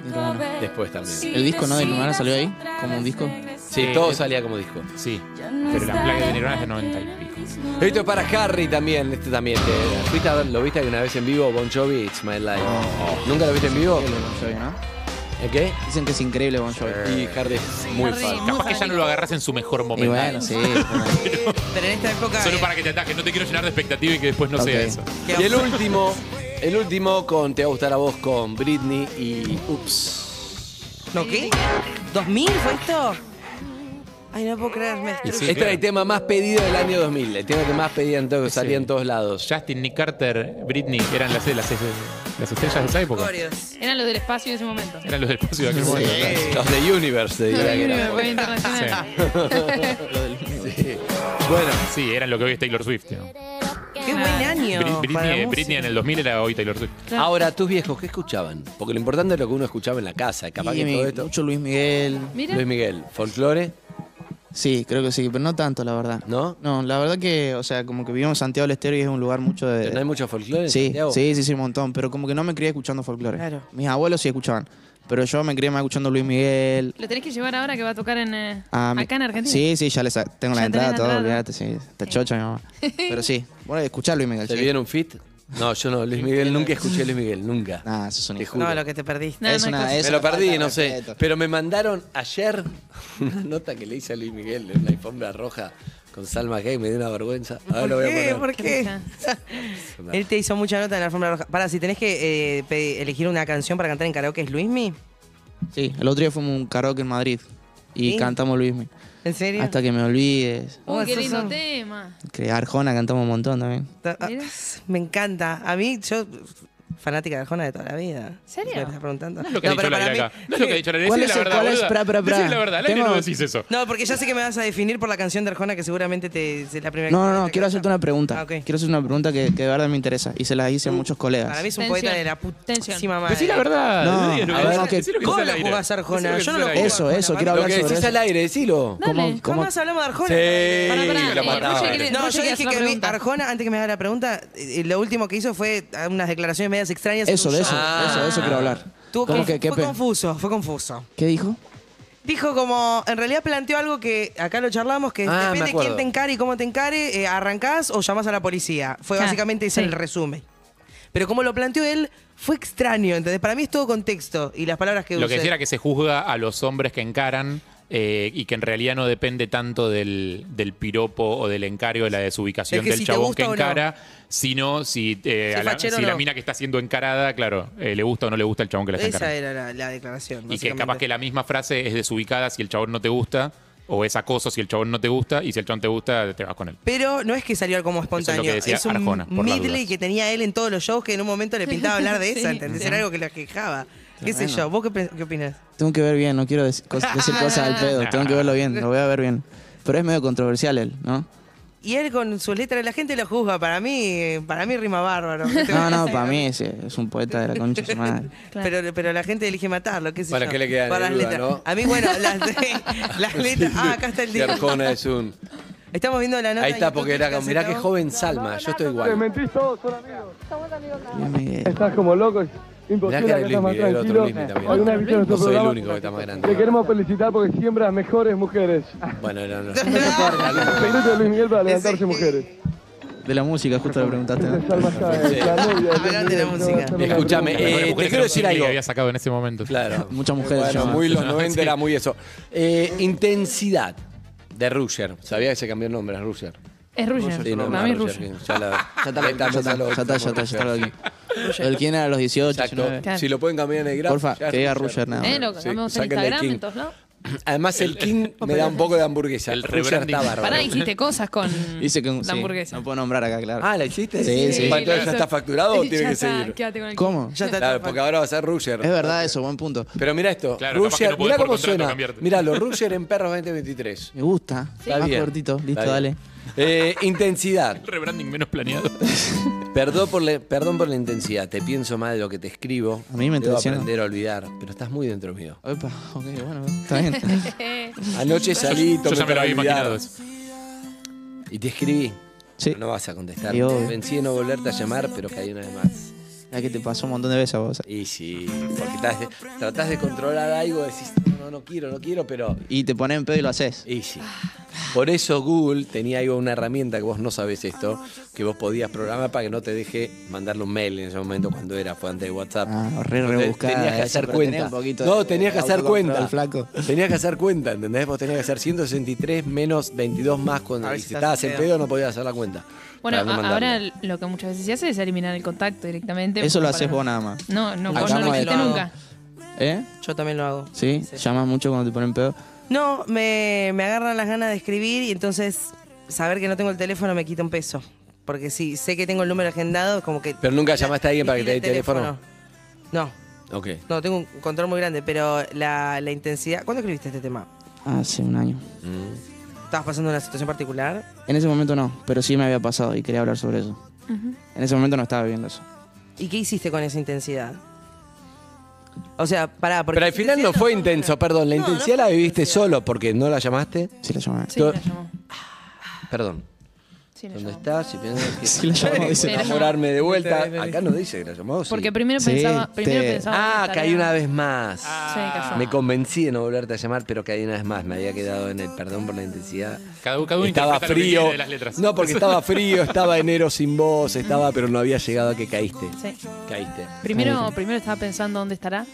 D: Nirvana.
C: después también.
D: El disco, ¿no? De Nirvana salió ahí, como un disco.
C: Sí,
G: Eh,
C: todo
G: eh.
C: salía como disco.
G: Sí. Pero las plagas de Nirvana es de 90 y pico.
C: Esto es para Harry también, este también. te- ¿fuiste a ver- ¿Lo viste una vez en vivo? Bon Jovi, It's My Life.
G: Oh.
C: ¿Nunca lo viste en vivo?
D: Increíble Bon Jovi, ¿no?
C: ¿En qué?
D: Dicen que es increíble Bon Jovi.
C: Y Harry es muy
E: Harry,
C: fan.
E: muy
G: Capaz que ya no lo agarras en su mejor
D: Y
G: momento.
D: bueno, sí.
F: Pero en esta época.
G: Solo
F: eh,
G: para que te atajes, no te quiero llenar de expectativa y que después no sea
D: Ok.
G: eso.
F: que-
C: Y el último, el último con Te va a gustar a vos con Britney y Ups.
F: ¿No qué? ¿2000 fue esto? Ay, no puedo creer. Me
G: Y sí.
C: este era el
G: claro.
C: tema más pedido del año 2000, el tema que más pedían todos, que salía en todos lados.
G: Justin, Nick Carter, Britney eran las, las, las estrellas de esa época.
F: Glorios.
E: Eran los del espacio en ese momento.
G: Eran los del espacio de aquel momento.
F: Eh,
C: Los de Universe, te diría que
E: Universe,
C: era.
E: fue internacional.
C: Bueno,
G: Sí, eran lo que hoy es Taylor Swift. ¿no?
F: Qué buen año.
G: Brit-
F: para la
G: Britney, Britney
F: música.
G: en el 2000 era hoy Taylor Swift.
E: Claro.
C: ahora, ¿tus viejos qué escuchaban? Porque lo importante es lo que uno escuchaba en la casa, capaz
D: Y
C: que
D: mi-
C: todo esto.
D: Mucho Luis Miguel.
E: Mira,
C: Luis Miguel, folclore,
D: Sí, creo que sí, pero no tanto, la verdad.
C: ¿no?
D: No, la verdad que, o sea, como que vivimos en Santiago del Estero y es un lugar mucho de...
C: ¿No hay mucho folclore? en
D: Eh, Sí,
C: Santiago?
D: sí, sí, sí, un montón. Pero como que no me crié escuchando folclore.
F: Claro.
D: Mis abuelos sí escuchaban. Pero yo me crié más escuchando Luis Miguel.
E: Lo tenés que llevar ahora que va a tocar en, eh,
D: a Ah, mi-
E: acá en Argentina.
D: Sí, sí, ya les sa- tengo
E: Ya
D: la entrada,
E: tenés la
D: todo,
E: entrada.
D: olvídate, sí. Está chocha mi mamá. Pero sí, bueno, escuchar Luis Miguel.
C: ¿Se
D: sí.
C: viene un fit? No, yo no, Luis Miguel, nunca escuché a Luis Miguel, nunca.
D: Nah, eso es un
C: Te
D: hijo.
C: juro.
F: No, lo que te perdiste.
E: No,
D: es
E: no hay
D: una,
E: cosa.
D: es
C: Me
D: una
C: lo
D: falta
C: perdí,
D: de
C: no sé.
D: respeto.
C: Pero me mandaron ayer una nota que le hice a Luis Miguel en la alfombra roja con Salma Gay, me dio una vergüenza. Ahora lo voy a
F: ¿Qué?
C: poner.
F: ¿Por qué?
D: Ah,
F: Él te hizo mucha nota en la alfombra roja. Para, si tenés que eh, pe- elegir una canción para cantar en karaoke, ¿es Luismi?
D: Sí, el otro día fuimos a un karaoke en Madrid y
F: ¿Sí?
D: cantamos Luis Miguel.
F: ¿En serio?
D: Hasta que me olvides.
E: Uy, qué
F: Oh,
E: lindo
F: sos-
E: tema.
D: Que Arjona cantamos un montón también.
F: Ta- ah,
E: Mira.
F: Me encanta. A mí, yo, fanática de Arjona de toda la vida.
E: ¿Serio?
F: ¿Me estás preguntando?
G: No es lo que ha
F: pero
G: dicho la
F: para
G: Lira acá.
F: mí-
G: No es lo que ha dicho la Lira.
D: ¿Cuál
G: Decile
D: es
G: la
D: el-
G: verdad,
D: cuál es?
G: boluda.
D: Pra, pra, pra.
G: Decile la verdad. Lali,
D: Tengo-
G: no decís eso.
F: No, porque ya sé que me vas a definir por la canción de Arjona que seguramente te es la primera
D: No, no,
F: canción
D: no,
F: que
D: quiero
F: canta.
D: hacerte una pregunta.
F: Ah, ok.
D: Quiero hacer una pregunta que, que de verdad me interesa y se la hice a muchos colegas.
F: Para mí es un
E: Tensión.
F: poeta de la
E: Tensión.
F: putísima madre.
G: Decí la verdad.
D: No,
G: Decí lo
D: a
G: que-
D: ver, no, que-
G: decí lo que
F: ¿Cómo
G: decís
F: la
G: al aire.
F: jugás, Arjona?
G: Decí
F: Yo no
G: lo
F: lo
G: que decís al aire.
F: juego.
D: eso,
F: Bueno,
D: eso,
F: para
D: quiero
F: mí-
C: Lo
D: hablar
C: que
D: sobre
C: decís
D: eso.
C: al aire, decilo.
E: Dale.
D: ¿Cómo-
F: Jamás hablamos de Arjona.
C: Sí.
E: Pará, pará,
C: la
E: eh,
C: mataba.
E: Roger quiere-
F: No,
E: Roger
F: yo
E: quiere
F: dije
E: hacer la
F: que a mí,
E: pregunta.
F: Arjona, antes que me haga la pregunta, eh, lo último que hizo fue eh, unas declaraciones medias extrañas. en
D: Eso,
F: un
D: de
F: show.
D: eso,
C: Ah.
D: eso, de eso quiero hablar.
F: Tuvo
D: Como
F: conf-
D: que, qué
F: fue
D: pe-
F: confuso, fue confuso.
D: ¿Qué dijo?
F: Dijo como, en realidad planteó algo que acá lo charlamos,
C: Ah,
F: que
C: me
F: depende
C: acuerdo.
F: quién te encare y cómo te encare, eh, arrancás o llamás a la policía. Fue
E: Ah,
F: básicamente ese
E: sí.
F: el resumen. Pero como lo planteó él, fue extraño, ¿entendés? Para mí es todo contexto y las palabras que
G: Lo que
F: usé.
G: decía era que se juzga a los hombres que encaran eh, y que en realidad no depende tanto del, del piropo o del encargo, de la desubicación
F: Es que
G: del
F: si te
G: chabón
F: gusta
G: que
F: o no.
G: encara, sino si, eh,
F: Si
G: a la,
F: fachero
G: si
F: o
G: la
F: no.
G: mina que está siendo encarada, claro, eh, le gusta o no le gusta el chabón que la está
F: Esa
G: encarando.
F: era la, la declaración.
G: Y que capaz
F: básicamente.
G: que la misma frase es desubicada si el chabón no te gusta, o es acoso si el chabón no te gusta, y si el chabón te gusta, te vas con él.
F: Pero no es que salió como espontáneo.
G: que decía
F: un
G: Arjona, por las
F: medley
G: dudas.
F: que tenía él en todos los shows que en un momento le pintaba hablar de esa,
E: Sí.
F: ¿entendés? Era algo que lo quejaba. ¿Qué sé
D: Tremendo.
F: yo? ¿Vos qué, pe- qué opinás?
D: Tengo que ver bien, no quiero dec- cos- decir cosas al pedo, tengo que verlo bien, lo voy a ver bien. Pero es medio controversial él, ¿no?
F: Y él con sus letras, la gente lo juzga. Para mí, para mí rima bárbaro. ¿Qué te voy
D: No,
F: a
D: no,
F: decir?
D: para mí ese es un poeta de la concha de su madre.
E: Claro.
F: Pero, pero la gente elige matarlo, qué sé
C: Bueno,
F: yo.
C: ¿qué le queda de
F: Para las
C: Neruda,
F: letras.
C: no?
F: A mí, bueno, las, las letras. Ah, acá está el
C: Que
F: día.
C: Arjona es un.
F: Estamos viendo la nota.
C: Ahí
F: en
C: está,
F: YouTube
C: porque era
F: que
C: como, mirá
F: hace
C: qué
F: Tao.
C: joven Salma, yo estoy igual.
D: Luis Miguel.
A: Estás como loco, es
C: Mirá que
A: imposible que
C: era el
A: estés más
C: Luismi, era el otro
A: tranquilo.
C: Luismi también.
A: Alguna vez en
C: No
A: nuestro
C: soy el
A: programa
C: único que está más grande.
A: te queremos felicitar porque siembras mejores mujeres.
C: Bueno, no, no.
A: Secreto de Luis Miguel para levantarse mujeres.
D: De la música, justo le preguntaste. ¿no?
A: Salma Sáenz,
C: Sí.
A: la novia de Luis
F: Hablando de la
A: Miguel,
F: música.
A: no va a ser una
C: Escúchame,
A: broma.
C: eh, te
G: mujeres
C: quiero decir
G: que
C: algo.
G: había sacado en ese momento.
C: Claro.
D: Muchas mujeres
C: Bueno,
D: llaman.
C: muy los 90
G: Sí.
C: era muy eso. Eh, intensidad de Rusher. Sabía que se cambió el nombre, es Rusher.
E: Es Ruger.
C: Sí, no,
E: Para mí es
C: no,
E: Ruger.
C: Rusher, Ya, la-
D: Ya está, ya está, ya está, ya está, ya está, ya está aquí. El quién era a los 18,
C: Exacto.
D: 19.
E: Claro.
C: Si lo pueden cambiar en el gráfico.
D: Porfa, que diga Rusher nada.
E: Eh,
D: más.
E: lo
C: Sí,
E: cambiamos en
C: sáquenle
E: Instagram,
C: King.
E: en todos lados.
C: Además, el King me da un poco de hamburguesa.
G: el
C: El Rusher
G: rebranding.
C: está bárbaro.
E: Pará, hiciste cosas con
D: Dice que un-
E: la
D: sí,
E: hamburguesa.
D: No puedo nombrar acá, claro.
C: Ah, ¿la hiciste?
D: Sí, sí.
C: Bueno, entonces
E: lo
C: ¿Ya
E: hizo.
C: está facturado o
E: Ya
C: tiene que
E: está,
C: seguir?
E: quédate con el
D: ¿Cómo?
F: Ya está.
C: Claro, porque ahora va a ser Rusher.
D: Es verdad eso, buen punto.
C: Pero mira esto.
G: Claro, capaz que
C: Rusher,
G: no podés
C: mira
G: por
C: cómo
G: contrato
C: suena.
G: cambiarte.
C: Mira, los Rusher en Perros 2023.
D: Me gusta.
C: Está
D: Más
C: bien.
D: cortito.
C: Está
D: Listo,
C: bien.
D: dale.
C: Eh, intensidad.
G: El rebranding menos planeado.
C: Perdón por, la, perdón por la intensidad, te pienso más de lo que te escribo.
D: A mí me está
C: Debo
D: diciendo.
C: aprender a olvidar, pero estás muy dentro mío.
D: Opa, ok, bueno, está bien.
E: eh,
C: Anoche salí,
G: Yo
C: tomé
G: ya me lo
C: para
G: había
C: olvidar
G: imaginado eso.
C: y te escribí.
D: Sí.
C: Pero No vas a contestar.
D: Y obvio.
C: Vencí de no volverte a llamar, pero caí una vez más.
D: La que te pasó un montón de veces a vos.
C: Y sí, porque tras de- tratás de controlar algo, decís, no, no quiero, no quiero, pero...
D: Y te pones en pedo y lo haces.
C: Y sí. Por eso Google tenía algo, una herramienta que vos no sabés esto,
F: Ah,
C: que vos podías programar para que no te deje mandarle un mail en ese momento cuando era, fue antes de WhatsApp.
D: Ah, re
C: Entonces,
D: rebuscada
C: Tenías que
D: esa,
C: hacer
D: pero tenía
C: cuenta.
D: un poquito
C: No,
D: de
C: tenías que hacer
D: autocontrol,
C: cuenta.
D: flaco.
C: Tenías que hacer cuenta, ¿entendés? Vos tenías que hacer 163 menos 22 más cuando
F: A ver
C: y
F: si
C: si
F: estás
C: estabas en
F: en
C: pedo no podías hacer la cuenta.
E: Bueno,
C: para no
E: a-
C: mandarle.
E: ahora lo que muchas veces se hace es eliminar el contacto directamente.
D: Eso lo
E: para-
D: haces vos nada más.
E: No, no,
D: Acá
E: vos no lo
D: no hay
E: hiciste
F: nada.
E: nunca.
D: ¿Eh?
F: Yo también lo hago.
D: ¿Sí? ¿Llamas mucho cuando te ponen pedo?
F: No, me, me agarran las ganas de escribir y entonces saber que no tengo el teléfono me quita un peso. Porque si sé que tengo el número agendado, como que.
C: Pero nunca llamaste a alguien para que te dé el
F: el
C: teléfono.
F: No,
C: Ok.
F: no, tengo un control muy grande, pero la, la intensidad. ¿Cuándo escribiste este tema?
D: Hace un año.
F: ¿Estabas pasando una situación particular?
D: En ese momento no, pero sí me había pasado y quería hablar sobre eso. En ese momento no estaba viviendo eso.
F: ¿Y qué hiciste con esa intensidad? O sea, pará, porque.
C: Pero al final no fue intenso, perdón. La
F: No, no
C: intensidad
F: fue
C: la viviste solo porque no la llamaste.
D: Sí, la llamé.
E: Sí, la llamó.
C: Perdón.
E: Sí, lo
C: ¿Dónde
E: llamó.
C: estás? Si piensas que
D: Sí, la llamó, dice.
C: enamorarme de vuelta. Acá no dice que la llamó. sí.
E: Porque primero
D: Sí,
E: pensaba.
D: te-
E: Primero pensaba
C: Ah,
E: que
C: caí
E: estaría-
C: una vez más.
G: Ah.
E: Sí, cayó.
C: Me convencí de no volverte a llamar, pero caí una vez más. Me había quedado en el perdón por la intensidad.
G: Cada uno- cada uno
C: estaba
G: interpreta lo que
C: frío.
G: quiere de las letras.
C: No, porque estaba frío, estaba enero sin voz, estaba, pero no había llegado a que caíste.
E: Sí.
C: Caíste.
E: Primero, primero estaba pensando dónde estará.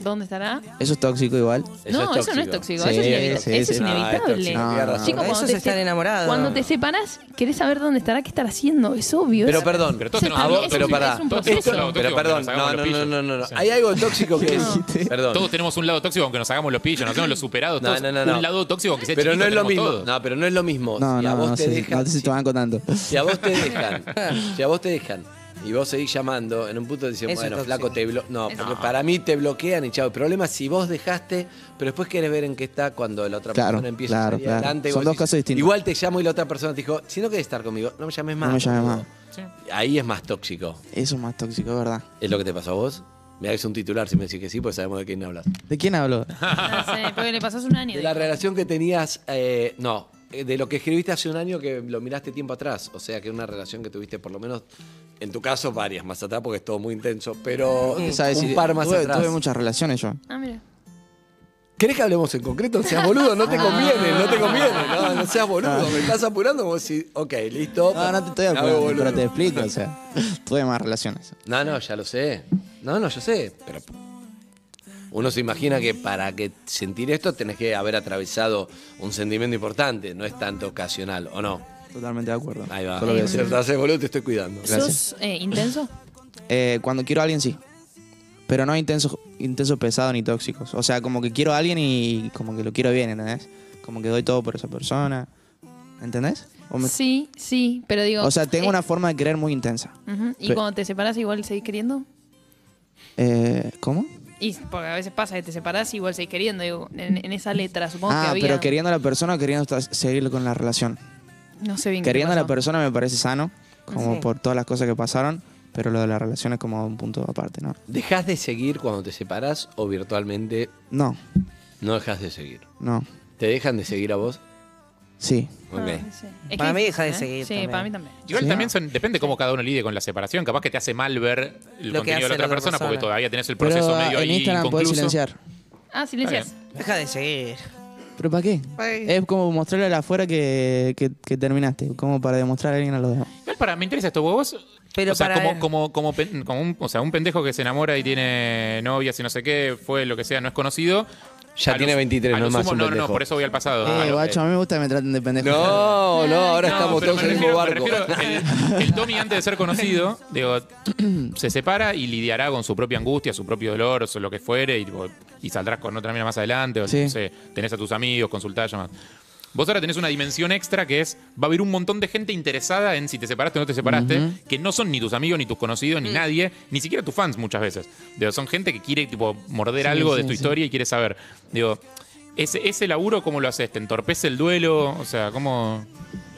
E: ¿Dónde estará?
D: Eso es tóxico igual.
E: no, eso no es tóxico.
D: Sí,
E: eso es inevitable.
D: sí,
E: eso
D: sí.
E: es
D: No,
C: es
E: inevitable.
C: tóxico, tiene razón.
E: Chico,
C: Eso
E: cuando
F: es
E: te
F: estar
E: se-
F: enamorado.
E: Cuando te separas, querés saber dónde estará, qué estará haciendo. Es obvio.
C: Pero
E: es-
C: perdón,
G: Pero todos
E: Sí,
G: tenemos
E: a vos-
G: amigos
C: pero
E: es un-
C: pará.
E: es un
G: Todos tenemos
E: proceso.
G: un lado
C: Pero
G: tóxico,
C: perdón,
G: aunque nos hagamos
C: no, no,
G: los
C: no,
G: pillos.
C: no, no, no.
G: Sí.
C: Hay algo tóxico que es. Perdón.
G: Todos tenemos un lado tóxico aunque nos hagamos los pillos, nos hacemos los superados.
C: No,
G: todos
C: no, no, no.
G: Un lado tóxico aunque sea
C: Pero
G: chiquito,
C: no es lo mismo.
G: tenemos todos.
C: No, pero no es lo mismo.
D: No,
C: si a
D: no,
C: vos
D: no
C: te
D: sé.
C: dejan.
D: No sé si te
C: si-
D: banco tanto.
C: Si a vos te dejan, si a vos te dejan y vos seguís llamando, en un punto dicen,
F: Eso es
C: bueno,
F: tóxico.
C: flaco, te blo- No, porque para mí te bloquean y chao. El problema es si vos dejaste, pero después querés ver en qué está cuando la otra
D: Claro,
C: persona empieza a
D: claro,
C: salir
D: claro.
C: adelante. y
D: Son
C: vos
D: dos
C: decís,
D: casos distintos.
C: Igual te llamo y la otra persona te dijo, si no querés estar conmigo, no me llames más.
D: No me llames
C: boludo".
D: más.
C: Ahí es más tóxico.
D: Eso es más tóxico, es verdad.
C: ¿Es lo que te pasó a vos? Me hagas un titular si me decís que sí, pues sabemos de quién hablas.
D: ¿De quién hablo?
E: No sé, porque le pasás un año.
C: De la relación que tenías, eh, no, eh, de lo que escribiste hace un año que lo miraste tiempo atrás. O sea, que una relación que tuviste por lo menos, en tu caso, varias más atrás, porque es todo muy intenso, pero
D: Mm. ¿Sabes?
C: un par más
D: tuve,
C: atrás.
D: tuve muchas relaciones yo.
E: Ah, mira.
C: ¿Querés que hablemos en concreto? Seas boludo, no te
D: Ah.
C: conviene, no te conviene, no, no seas boludo, me estás apurando como si, ok, listo.
D: No, no te estoy
C: me hago
D: apurando,
C: boludo.
D: pero te explico. O sea, tuve más relaciones.
C: No, no, ya lo sé. No, no, yo sé. Pero uno se imagina que para que sentir esto tenés que haber atravesado un sentimiento importante, no es tanto ocasional, ¿o no?
D: Totalmente de acuerdo.
C: Ahí va.
D: Solo voy a decir.
C: Te haces boludo, te estoy cuidando.
D: Gracias.
E: ¿Sos eh, intenso?
D: Eh, cuando quiero a alguien, sí. Pero no intensos, intensos pesados ni tóxicos. O sea, como que quiero a alguien y como que lo quiero bien, ¿entendés? Como que doy todo por esa persona. ¿Entendés? O, me-
E: Sí, sí, pero digo.
D: o sea, tengo
E: eh,
D: una forma de querer muy intensa.
E: ujú, Y
D: Pe-
E: cuando te separas, igual seguís queriendo.
D: Eh, ¿Cómo?
E: Y porque a veces pasa que te separás y igual seguís queriendo. Digo, en, en esa letra, supongo que
D: ah,
E: había.
D: pero queriendo a la persona o queriendo estar- seguir con la relación.
E: No sé bien qué
D: Queriendo a la
E: pasó.
D: persona me parece sano, como
F: Sí.
D: por todas las cosas que pasaron, pero lo de la relación es como un punto aparte, ¿no?
C: ¿Dejas de seguir cuando te separas o virtualmente
D: No,
C: no dejas de seguir?
D: no,
C: ¿Te dejan de seguir a vos?
D: sí.
C: Ok.
E: Ah, sí. Es
F: Para
E: que
F: mí
E: es
F: deja de
E: difícil,
F: seguir
E: Sí,
F: también.
E: para mí también.
G: Igual
D: Sí.
G: también son- depende cómo cada uno lidie con la separación. Capaz que te hace mal ver el
F: Lo que
G: contenido de
F: hace
G: la otra persona, porque
F: persona.
G: todavía tenés el proceso
D: Pero
G: medio
D: en
G: ahí
D: Instagram podés
G: inconcluso.
D: silenciar.
E: Ah, silencias.
F: Deja de seguir.
D: ¿Pero para qué?
F: Ay.
D: Es como mostrarle a la afuera que, que- que terminaste, como para demostrar a alguien a los demás.
G: Igual para, me interesa esto, vos.
F: Pero
G: o sea,
F: para-
G: como, como, como, pen- como un, o sea, un pendejo que se enamora y tiene novias y no sé qué, fue lo que sea, no es conocido.
C: Ya
G: A
C: tiene
G: lo-
C: 23,
G: a lo
C: no más
G: sumo-
C: un
G: No, no, no,
C: pendejo.
G: por eso voy al pasado. A
D: Eh,
G: lo-
D: guacho, a mí me gusta que me traten de pendejo.
C: No, no, ahora
G: No,
C: estamos
G: pero
C: todos
G: me
C: en el mismo
G: refiero-
C: barco.
G: me refiero, el, el Tommy antes de ser conocido, digo, se separa y lidiará con su propia angustia, su propio dolor, o lo que fuere, y, tipo, y saldrás con otra mina más adelante, o
D: Sí.
G: no sé, tenés a tus amigos, consultás, llamás. Vos ahora tenés una dimensión extra que es, va a haber un montón de gente interesada en si te separaste o no te separaste, que no son ni tus amigos, ni tus conocidos, ni nadie, ni siquiera tus fans muchas veces. Digo, son gente que quiere tipo morder algo de
D: sí,
G: tu
D: sí.
G: historia y quiere saber. Digo, ese, ese laburo, ¿cómo lo haces? ¿Te entorpece el duelo? O sea, ¿cómo...?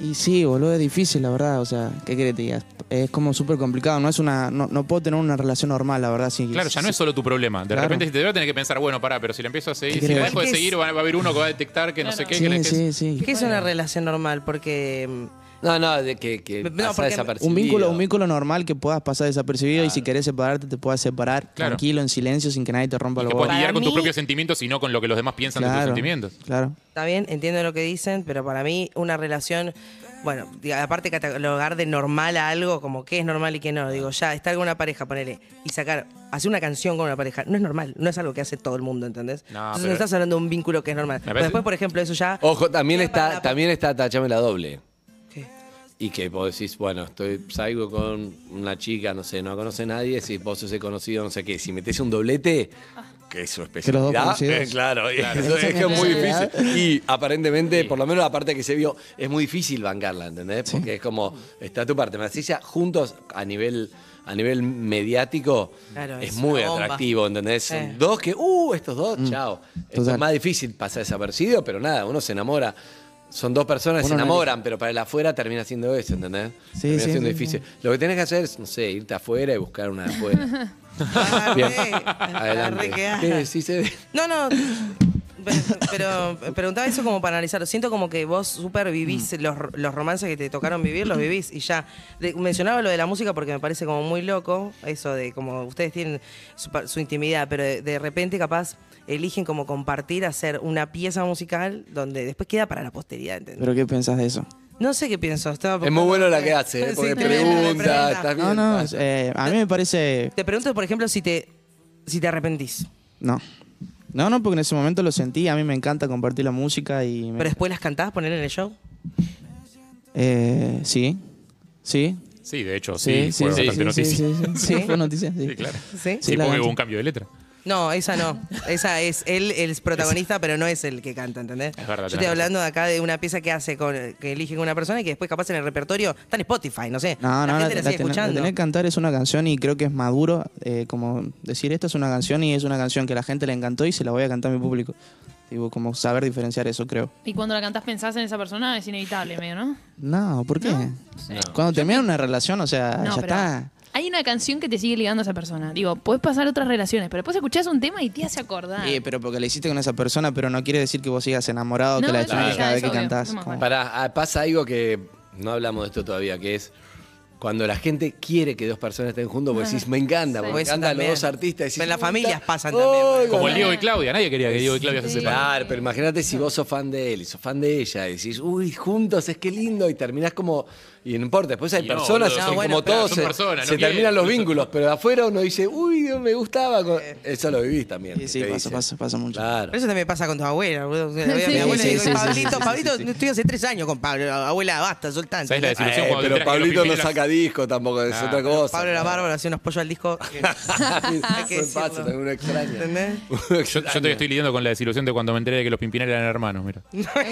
D: Y sí, boludo, es difícil, la verdad. O sea, ¿qué querés que te diga? Es como súper complicado. No es una, no, no puedo tener una relación normal, la verdad. Sí,
G: Claro, ya no es solo tu problema. De
D: Claro.
G: repente, si te debe tener que pensar, bueno, pará, pero si la empiezo a seguir,
D: ¿Qué
G: si la
D: crees?
G: dejo de
F: Es que es-
G: seguir, va va a haber uno que va a detectar que no sé qué. que
D: Sí,
G: le- que-
D: sí, sí.
F: ¿Qué es una relación normal? Porque. mm,
C: No, no, de que, que
F: No,
C: pasa
F: porque-
C: desapercibido.
D: Un vínculo, un vínculo normal que puedas pasar desapercibido y si querés separarte te puedas separar
G: Claro.
D: tranquilo, en silencio, sin que nadie te rompa los
G: Que
D: huevos.
G: puedes
F: Para
G: lidiar con tus
F: mí-
G: propios sentimientos y no con lo que los demás piensan de tus sentimientos.
D: claro.
F: Está bien, entiendo lo que dicen, pero para mí una relación. Bueno, diga, aparte de catalogar de normal a algo, como qué es normal y qué no. Digo, ya, estar con una pareja, ponele, y sacar, hacer una canción con una pareja, no es normal, no es algo que hace todo el mundo, ¿entendés?
G: No,
F: Entonces
G: pero-
F: no estás hablando de un vínculo que es normal. Pero
G: parece- Oh.
F: después, por ejemplo, eso ya.
C: Ojo, también
F: queda para
C: está,
F: la-
C: también está tachame la doble.
F: ¿Qué?
C: Y que vos decís, bueno, estoy, salgo con una chica, no sé, no conoce a nadie, si vos sos el conocido, no sé qué, si metés un doblete, que es su
D: Que los dos
C: especialidad.
D: coincidan.
C: eh, claro, eso es que es muy
D: Especialidad.
C: difícil. Y aparentemente, por lo menos la parte que se vio, es muy difícil bancarla, ¿entendés? Porque es como, está tu parte. Me decís ya juntos a nivel, a nivel mediático,
F: Claro,
C: es,
F: es
C: muy
F: una bomba.
C: atractivo, ¿entendés? Son
F: Eh.
C: dos que, uh, estos dos, chao. Esto es
D: Total.
C: más difícil pasar desapercibido, pero nada, uno se enamora. Son dos personas que se
D: Uno no
C: enamoran, pero para el afuera termina siendo eso, ¿entendés?
D: Sí,
C: termina
D: sí,
C: siendo
D: sí,
C: difícil. Lo que tenés que hacer es, no sé, irte afuera y buscar una de afuera.
F: Agarré,
D: Ah,
C: Bien.
F: agarré
C: Adelante.
F: que-
C: ¿Qué decís, Eve?
F: No, no. Pero, pero preguntaba eso como para analizarlo. Siento como que vos super vivís
C: Mm.
F: los, los romances que te tocaron vivir, los vivís y ya. De- mencionaba lo de la música porque me parece como muy loco, eso de como ustedes tienen su, pa- su intimidad, pero de, de repente capaz eligen como compartir, hacer una pieza musical donde después queda para la posteridad, ¿entendés?
D: ¿Pero qué pensás de eso?
F: No sé qué pienso. Estaba
C: Es muy bueno la que hace, ¿eh?
F: Sí,
C: porque
F: te- te
C: pregunta,
F: pregunta.
C: está bien.
D: No, no,
C: está-
D: eh, a mí me parece...
F: Te pregunto, por ejemplo, si te, si te arrepentís,
D: No. No, no, porque en ese momento lo sentí. A mí me encanta compartir la música
C: Mm.
D: y... me-
F: pero después las cantás, poner en el show.
D: Eh, sí, sí.
G: Sí, de hecho, sí, fue
D: sí,
G: bastante
D: sí,
G: noticia.
D: sí, sí, sí,
F: ¿Sí?
D: fue noticia, sí.
G: Sí, claro.
F: ¿Sí?
G: Sí,
D: Sí, la
G: porque hubo
D: canto.
G: un cambio de letra.
F: No, esa no. Esa es él el protagonista, pero no es el que canta, ¿entendés?
G: Es verdad,
F: Yo
G: tenés
F: estoy hablando de acá de una pieza que hace con, que elige con una persona y que después capaz en el repertorio está en Spotify, no sé.
D: No,
F: la
D: no,
F: gente la, sigue
D: tenés-
F: escuchando.
D: tenés que cantar es una canción y creo que es maduro eh, como decir esta es una canción y es una canción que la gente le encantó y se la voy a cantar a mi público. Tipo, como saber diferenciar eso, creo.
E: Y cuando la cantás pensás en esa persona, es inevitable, medio, ¿no?
D: No, ¿por qué? Cuando termina una relación, o sea,
E: No,
D: Ah, ya
E: pero
D: está.
E: Hay una canción que te sigue ligando a esa persona. Digo, puedes pasar otras relaciones, pero después escuchás un tema y te hace acordar.
D: Sí, pero porque la hiciste con esa persona, pero no quiere decir que vos sigas enamorado,
E: No,
D: que la
E: eso
D: extrañes
E: ya
D: cada
E: es
D: vez que
E: obvio,
D: cantás.
E: eso más
D: como-
E: vale.
C: Pará, ah, pasa algo que no hablamos de esto todavía, que es cuando la gente quiere que dos personas estén juntos, vos decís, me encanta, porque me
F: Pues eso
C: encantan los
F: también.
C: dos artistas. decís,
F: Pero en las
C: "Puta".
F: familias pasan
C: Oy,
F: también.
G: Como el
C: bueno.
G: Diego y Claudia, nadie quería que Diego y Claudia se separaran.
C: Claro, pero imagínate si vos sos fan de él y sos fan de ella, y decís, uy, juntos es que lindo, y terminás como. Y no importa, después hay
G: Y no,
C: personas, ah,
G: boludo,
C: que
F: son
C: como
F: buenas,
G: pero
C: todos,
G: son
C: se,
G: personas,
C: se
G: no
C: terminan
G: quieren.
C: los vínculos, pero de afuera uno dice, uy, Dios, me gustaba. con-". Eso lo vivís también.
D: Sí, sí,
C: te
D: pasa,
C: dicen.
D: pasa, pasa mucho.
C: Claro.
F: Pero eso también pasa con tu abuela. boludo. La veo a mi
E: Sí,
F: abuela y
E: sí, sí,
F: digo,
E: sí,
D: sí,
F: Pablito,
D: sí,
F: Pablito,
D: sí.
F: estoy hace tres años con Pablo. Abuela, basta, soltante.
G: ¿Sabés la desilusión?
C: Eh,
G: cuando te
C: pero
G: enterás que los
C: Pablito no
G: primeros-
C: saca disco tampoco, es
G: Ah,
C: otra cosa.
F: Pablo la Bárbara hacía unos pollos al disco. Hay que
C: Eso
F: decirlo.
C: pasa, también uno extraña.
F: ¿Entendés?
C: Uno
G: Yo, yo todavía
C: extraña.
G: estoy lidiando con la desilusión de cuando me enteré de que los Pimpinela eran hermanos, mira.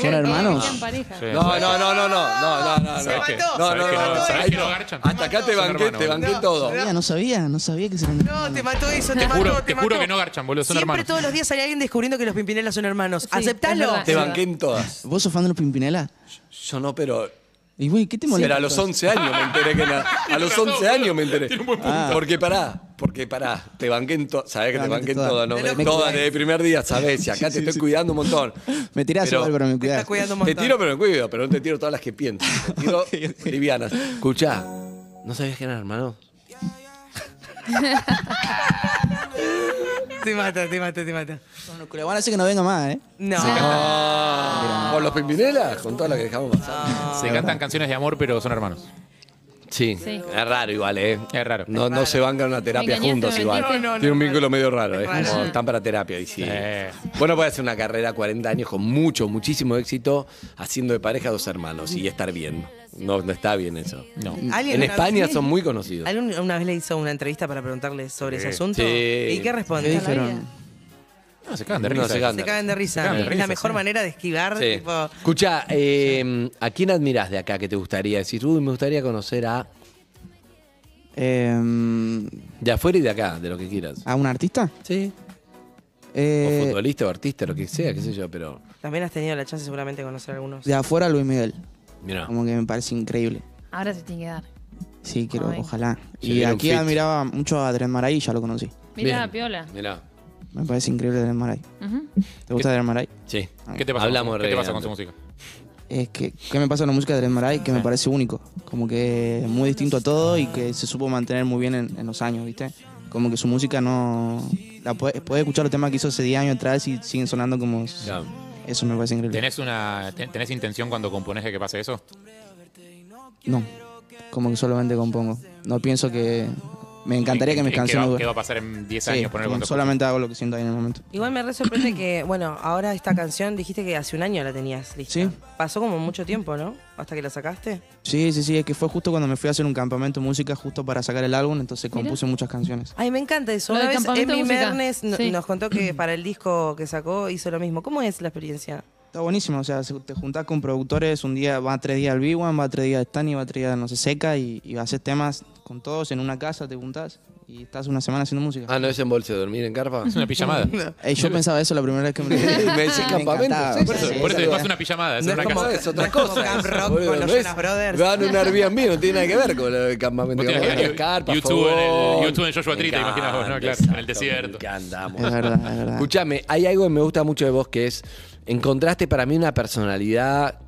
D: ¿Son hermanos?
E: Eran pareja.
G: Sí.
C: No, no, no, no, no, no, no, no.
F: Se
C: no.
F: mató.
C: No,
G: ¿Sabés
C: no,
G: que
C: no, no.
G: no- sabés
C: Ahí
G: que no
C: no.
G: garchan?
C: Hasta acá te
G: Son
C: banqué,
G: hermanos,
C: te banqué
F: no.
C: todo.
D: No sabía, no sabía, no sabía que se eran-
F: No, te mató eso, te,
G: Te
F: mató.
G: juro-
F: te
G: te juro
F: mató.
G: que no garchan, boludo, son
F: Siempre
G: hermanos.
F: todos los días hay alguien descubriendo que los Pimpinela son hermanos.
E: Sí, es
F: Aceptalo.
E: verdad.
C: Te banqué en todas.
D: ¿Vos sos fan de los Pimpinela?
C: Yo no, pero.
D: Y güey, ¿qué te molesta?
C: Pero a los 11 años me enteré que era- A los 11 años me enteré. Ah. Porque pará, porque pará. Te banqué en todo. Sabés que te
D: Realmente
C: banqué en
D: todas.
C: todo, ¿no?
D: De
F: locos.
C: Todas desde el primer día, sabés. Y acá te estoy cuidando un montón.
D: Me tirás
C: Pero-
D: igual, pero me
F: Te
D: cuidás.
F: está cuidando un
C: Te
F: montón.
C: tiro, pero me cuido. Pero no te tiro todas las que pienso. Te tiro livianas. Escuchá, ¿no sabías que eran hermanos?
F: Te mata, te mata, te mata.
D: Bueno, Van a hacer que no venga más, ¿eh?
F: No.
C: ¿Con los pimpinela? ¿Con todas las que dejamos pasar?
G: Se cantan canciones de amor, pero son hermanos.
C: Sí.
E: Sí.
C: Es raro igual, ¿eh?
G: Es raro.
C: No, no se bancan una
E: Me
C: terapia
E: engañaste,
C: juntos
E: me
C: igual.
E: mentiste. No, no,
C: Tiene un
F: no,
C: vínculo
F: raro.
C: medio raro. Es
F: Raro.
C: como, están para terapia. Y sí.
G: Eh.
C: Bueno, puede hacer una carrera 40 años con mucho, muchísimo éxito haciendo de pareja a dos hermanos y estar bien. No, no está bien eso.
G: No.
F: ¿Alguien
C: En
F: una
C: España
F: vez-
C: son muy conocidos.
F: ¿Alguien una vez le hizo una entrevista para preguntarle sobre ese asunto?
C: Sí.
F: ¿Y qué responde?
D: ¿Qué dijeron?
G: No, se cagan de
C: No,
G: risa.
C: se cagan.
F: Se cagan de risa.
G: Se cagan de
F: es
G: risa,
F: la mejor
G: sí.
F: manera de esquivar. Tipo,
C: Escucha, eh, ¿a quién admirás de acá que te gustaría decir? Uy, me gustaría conocer a.
D: Eh,
C: De afuera y de acá, de lo que quieras.
D: ¿A un artista?
C: Sí.
D: Eh,
C: O futbolista o artista, lo que sea, qué sé yo, pero.
F: también has tenido la chance seguramente de conocer algunos.
D: de afuera Luis Miguel.
C: Mira.
D: Como que me parece increíble.
E: Ahora se tiene que dar.
D: Sí, quiero,
E: Ay.
D: ojalá.
C: Se
D: Y
C: dieron
D: aquí
C: fit.
D: admiraba mucho a Dren Maray, ya lo conocí.
E: Mirá,
C: Bien.
E: piola.
C: Mirá.
D: Me parece increíble Dren Maray.
E: Ujú.
D: ¿Te gusta Dren Maray?
C: Sí.
G: ¿Qué te pasa?
C: Hablamos
G: ¿Qué te
C: re
G: pasa con su
C: antes.
G: música?
D: Es que, ¿qué me pasa con la música de Dren Maray?
C: Ah.
D: Que me parece único. Como que es muy distinto a todo y que se supo mantener muy bien en, en los años, ¿viste? Como que su música no... La puede, puede escuchar los temas que hizo hace 10 años atrás y siguen sonando como...
C: Claro.
D: Eso me parece increíble.
G: ¿Tenés, una, ten- ¿Tenés intención cuando componés de que pase eso?
D: No, como que solamente compongo. No pienso que... Me encantaría que
G: ¿En-
D: mis
G: en- en qué va-
D: canciones...
G: ¿Qué va a pasar en 10
D: Sí,
G: años? Poner
D: como
G: cuando
D: solamente hago lo que siento ahí en el momento.
F: Igual me re sorprende que, bueno, ahora esta canción dijiste que hace un año la tenías lista.
D: Sí.
F: Pasó como mucho tiempo, ¿no? Hasta que la sacaste.
D: Sí, sí, sí, es que fue justo cuando me fui a hacer un campamento de música justo para sacar el álbum, entonces compuse muchas canciones.
F: Ay, me encanta eso.
E: Lo del
F: Una vez
E: campamento
F: Emi
E: de música.
F: Mernes no-
E: Sí.
F: nos contó que para el disco que sacó hizo lo mismo. ¿Cómo es la experiencia?
D: Está buenísimo, o sea, se- te juntás con productores, un día va tres días al B1, va tres días al Stani, va tres días al No Se Seca y, y haces temas con todos en una casa, te juntás y estás una semana haciendo música.
C: Ah, no es embolse dormir en carpa.
G: Es una pijamada.
D: Eh, yo pensaba eso la primera vez que
C: Me
D: me
C: decís campamento,
D: encantaba.
C: sí,
G: Por eso,
C: Sí,
G: por eso
C: sí,
G: no
C: sí.
G: es una pijamada, es
C: No
G: una
C: es como-
G: casa.
C: es otra
F: no es como
C: cosa.
F: Camp
C: eso,
F: Rock
C: boludo,
F: con los
C: ¿no es?
F: Jonas Brothers.
C: Van a un Airbnb, no tiene nada que ver con el campamento.
G: Vos te
C: que van a
G: imaginas
C: escarpa,
G: YouTube en el-
C: fogón.
G: YouTube en Joshua
C: Me
G: Tree, te imaginas vos, ¿no?
C: encanta,
G: Claro, en el
C: exacto,
G: desierto.
C: me encanta, amo.
D: Es verdad, es verdad.
C: Escuchame, hay algo que me gusta mucho de vos que es, encontraste para mí una personalidad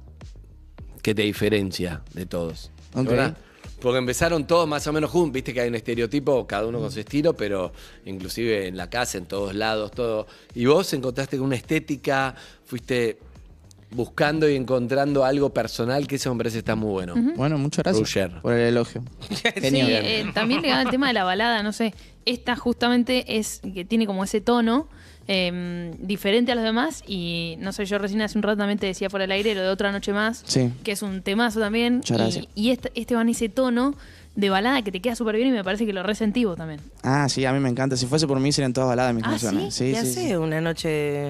C: que te diferencia de todos.
D: Ok.
C: ¿verdad? Porque empezaron todos más o menos juntos, viste que hay un estereotipo, cada uno con su estilo, pero inclusive en la casa, en todos lados, todo. Y vos encontraste con una estética, fuiste buscando y encontrando algo personal que eso me parece está muy bueno.
D: Bueno, muchas gracias
C: Roger.
D: por el elogio. Genial.
E: Mm. Sí, eh, también le gana el tema de la balada, no sé. Esta justamente es que tiene como ese tono eh, diferente a los demás y no sé, yo recién hace un rato también te decía por el aire lo de otra noche más,
D: Sí.
E: que es un temazo también.
D: Muchas
E: y-
D: gracias.
E: Y, este, este va en ese tono de balada que te queda súper bien y me parece que lo resentimos también.
D: Ah, sí, a mí me encanta. Si fuese por mí, serían todas baladas mis
E: Ah,
D: canciones.
E: ¿sí?
D: Sí,
F: Y
D: sí,
F: hace
D: sí.
F: una noche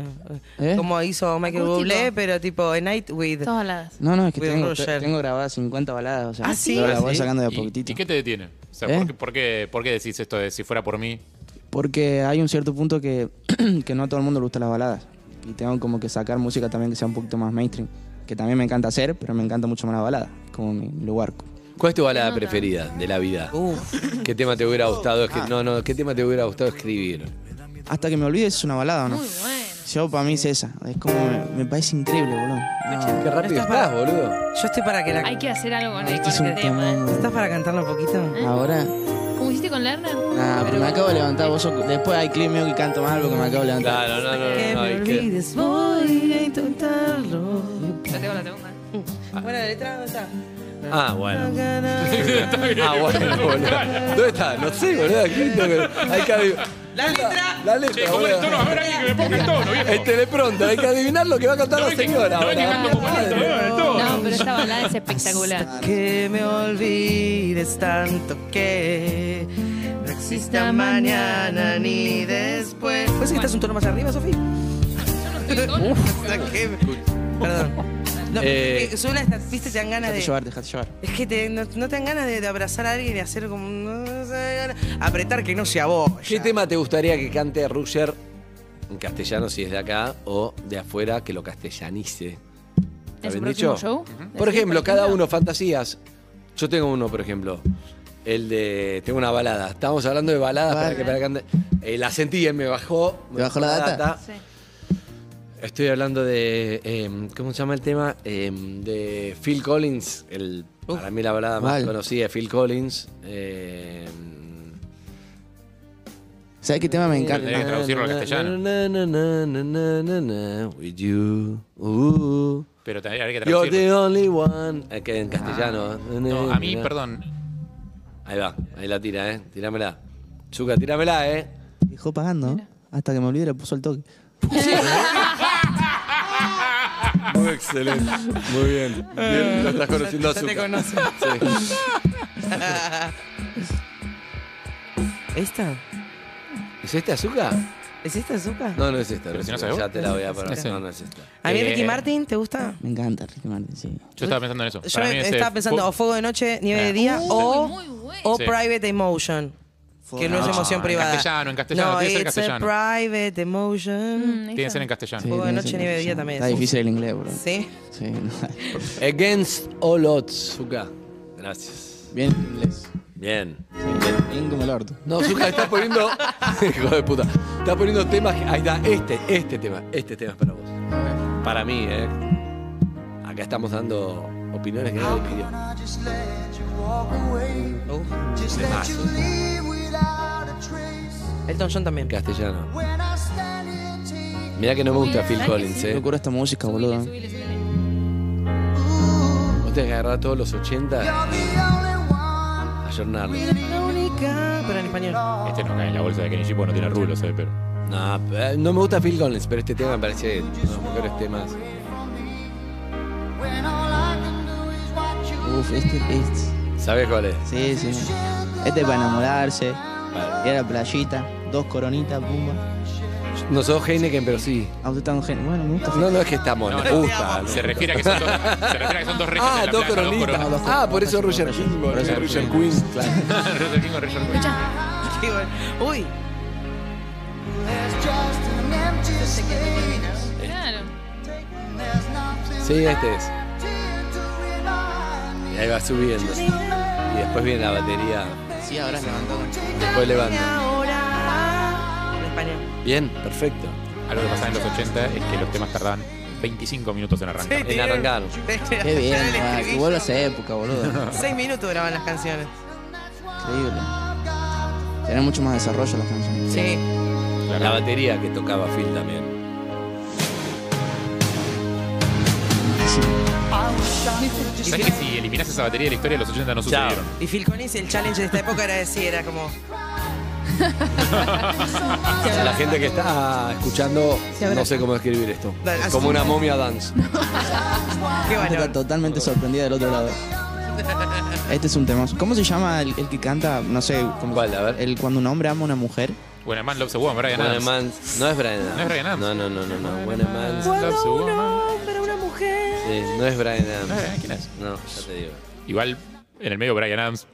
D: ¿Eh?
F: como hizo Michael
E: Acústico.
F: Bublé, pero tipo A Night with
E: Todas baladas.
D: No, no, es que
F: With
D: tengo,
F: Roger.
D: tengo grabadas 50 baladas. O sea,
F: Ah, sí.
D: yo
F: Ah,
D: las voy
F: sí.
D: sacando de a
G: ¿Y-
D: poquitito.
G: ¿Y qué te detiene? O sea,
D: ¿Eh?
G: ¿por, qué, por qué- por qué decís esto de si fuera por mí?
D: Porque hay un cierto punto que, que no a todo el mundo le gustan las baladas. Y tengo como que sacar música también que sea un poquito más mainstream. Que también me encanta hacer, pero me encanta mucho más la balada. Como mi lugar.
C: ¿Cuál es tu balada preferida de la vida?
F: Uh.
C: ¿Qué tema te hubiera gustado? escri- No, no, ¿qué tema te hubiera gustado escribir?
D: Hasta que me olvides es una balada, ¿o no?
E: Muy bueno.
D: Yo, para mí, es esa. Es como, me, me parece increíble, boludo. No.
C: Qué rápido
F: Esto es para-
C: estás, boludo.
F: Yo estoy para que la.
E: Hay que hacer algo con,
D: Este
E: con
D: es un
E: este tema. ¿eh?
D: tema.
F: ¿Estás para cantarlo un poquito?
D: Ahora,
E: ¿Cómo hiciste con Lerner?
D: nada, pero me acabo de levantar. Vos sos- después hay clip mío que canto mal porque me acabo de levantar.
C: Claro, no, no,
F: Que
C: no, no.
F: me
C: hay que-
F: olvides, voy a intentarlo.
E: Yo tengo la segunda.
F: Bueno, la letra, ¿dónde está?
C: Ah, bueno. Ah, bueno, boludo. ¿Dónde está? No sé, boludo. Aquí tengo que- hay que adiv-
F: La letra.
C: La letra,
G: Che, ¿cómo es el tono?
C: boludo.
G: A ver, alguien que me ponga el tono, viejo.
C: El telepronto, hay que adivinar lo que va a cantar la
G: ven que-
C: señora.
G: no ven que
C: boludo.
G: canto como el otro, eh, el tono.
E: No, pero esta balada es espectacular.
F: Que me olvides tanto que no exista mañana ni después. ¿Puedes que Pues estás un tono más arriba, Sofía? que... Perdón. No,
C: Eh.
F: que suena esta viste, te dan ganas
D: Dejate
F: de.
D: llevar, dejate llevar.
F: Es que te- no, no te dan ganas de, de abrazar a alguien y hacer como. no sé, Apretar que no sea vos.
C: ¿Qué tema te gustaría que cante Rusher en castellano si es de acá o de afuera que lo castellanice? ¿Está
E: ¿En su
C: bien
E: próximo
C: dicho?
E: show?
C: Por ejemplo,
E: ¿Decís, por
C: cada
E: ejemplo?
C: uno, fantasías. Yo tengo uno, por ejemplo. El de. Tengo una balada. Estábamos hablando de baladas para
D: Vale.
C: que para que cante. Eh, la sentí, eh, me bajó.
D: ¿Te bajó la data?
E: Sí.
C: Estoy hablando de. eh, ¿Cómo se llama el tema? Eh, de Phil Collins. El, para mí la balada más
D: mal.
C: conocida de Phil Collins. Eh,
D: ¿Sabes qué tema me encanta?
G: Tendría que traducirlo al castellano.
C: Na, na, na, na, na, na, na, with you. Ooh.
G: Pero también hay que
C: You're the
G: traducirlo. Ah.
C: only one. Eh, que en castellano. ¿eh?
G: No, a mí, perdón.
C: Ahí va, ahí la tira, eh. Tirámela. Chuca, tirámela, eh.
D: Dejó pagando, ¿eh? Hasta que me olvidé, le puso el toque.
C: Muy excelente. Muy bien. Bien, lo estás conociendo a
F: ya te
C: Zucca.
F: conoce.
C: Sí.
F: ¿Esta?
C: ¿Es este azúcar?
F: ¿Es esta azúcar?
C: No, no es esta.
G: Pero
C: no
G: si
C: es esta.
G: no sabes
C: ya
G: vos.
C: te la voy a parar.
G: Sí.
C: No, no es esta.
F: ¿A mí
G: Eh,
F: Ricky Martin te gusta?
D: Me encanta Ricky Martin, sí.
G: Yo estaba pensando en eso.
F: Yo
G: Para mí
F: me-
G: es, eh,
F: estaba pensando
G: fu-
F: o Fuego de Noche, Nieve
G: Ah.
F: de Día o,
E: Muy bueno.
F: o
G: Sí.
F: Private Emotion. Que no es emoción privada.
G: castellano, en castellano,
F: No,
G: tiene que ser
F: it's a
G: castellano.
F: Private Emotion.
E: Mm,
G: Tiene que ser en
E: esa.
G: castellano.
D: Sí,
F: Fuego de
D: tiene
F: noche,
D: sentido,
F: nieve de día
D: sí.
F: también
D: Está
F: es.
D: difícil el inglés,
E: Mm.
D: bro.
F: ¿Sí?
D: Sí, no.
C: Against all odds, Zucca. Gracias.
D: Bien el inglés.
C: Bien. Bien.
D: Bien como el orto.
C: No, Zucca, estás poniendo. Hijo de puta. Estás poniendo temas. que- Ahí está, este, este tema. Este tema es para vos. Para mí, eh. Acá estamos dando opiniones que nadie pidió. Temazo.
F: Elton John
C: En
F: también.
C: castellano. Mirá que no me gusta Phil Collins,
D: Qué
C: eh.
D: locura esta música, boludo.
E: Subile, subile.
C: Vos tenés que agarrar todos los 80 ayornarlo.
F: La única, pero en español.
G: Este no cae en la bolsa de Kenny G porque no tiene rulos, eh, pero.
C: No, eh, no me gusta Phil Collins, pero este tema me parece uno de los mejores temas.
D: Uf, este, este.
C: ¿Sabés cuál es?
D: Sí, sí. Este es para enamorarse. Ir a la playita. Dos coronitas, pumba.
C: No sos Heineken, pero sí.
D: Ah, usted está con gen- Bueno, me gusta.
C: No, no es que estamos, nos gusta.
G: Se refiere a que son dos, se refiere a que son dos reyes
C: Ah,
G: en la
C: dos
G: plaza,
C: coronitas.
G: dos coronas.
C: Ah, por eso Roger King, boludo.
D: Por eso
C: Roger Queen. claro.
G: Roger King o Roger Queen.
E: Escucha,
F: Sí, bueno. Uy,
E: Claro.
C: Sí, este es. Y ahí va subiendo. Y después viene la batería.
D: Sí, ahora es levantado.
C: Después levanta.
F: ahora. En español.
C: Bien, perfecto.
G: Algo que pasaba en los 80 es que los temas tardaban 25 minutos en arrancar.
C: En arrancar.
D: Qué bien, ah, que vuelva esa época, boludo.
F: Seis minutos graban las canciones.
D: Increíble. Tienen mucho más desarrollo las canciones.
F: Sí.
G: Claro.
C: La batería que tocaba Phil también.
G: ¿Sabes que si eliminas esa batería de la historia, los 80 no
C: Chao.
G: sucedieron?
F: Y Phil Collins, el challenge de esta época era decir, era como.
C: La gente que está ah, escuchando, no sé cómo describir esto.
F: Dale, así.
C: Como una momia dance.
F: Qué
D: Está
F: valor.
D: totalmente sorprendida del otro lado. Este es un tema. ¿Cómo se llama el, el que canta? No sé. ¿cómo-
C: ¿Cuál? A ver.
D: El cuando un hombre ama a una mujer.
G: Bueno, Man Loves a Woman, Brian
C: Buena
G: Adams.
C: man. No es Brian Adams.
G: No es Brian Adams.
C: No, no, no, no. no. Buena man.
G: Loves a Woman.
C: Sí, no es Brian Adams.
G: ¿Quién es?
C: No, ya te digo.
G: Igual, en el medio Brian Adams.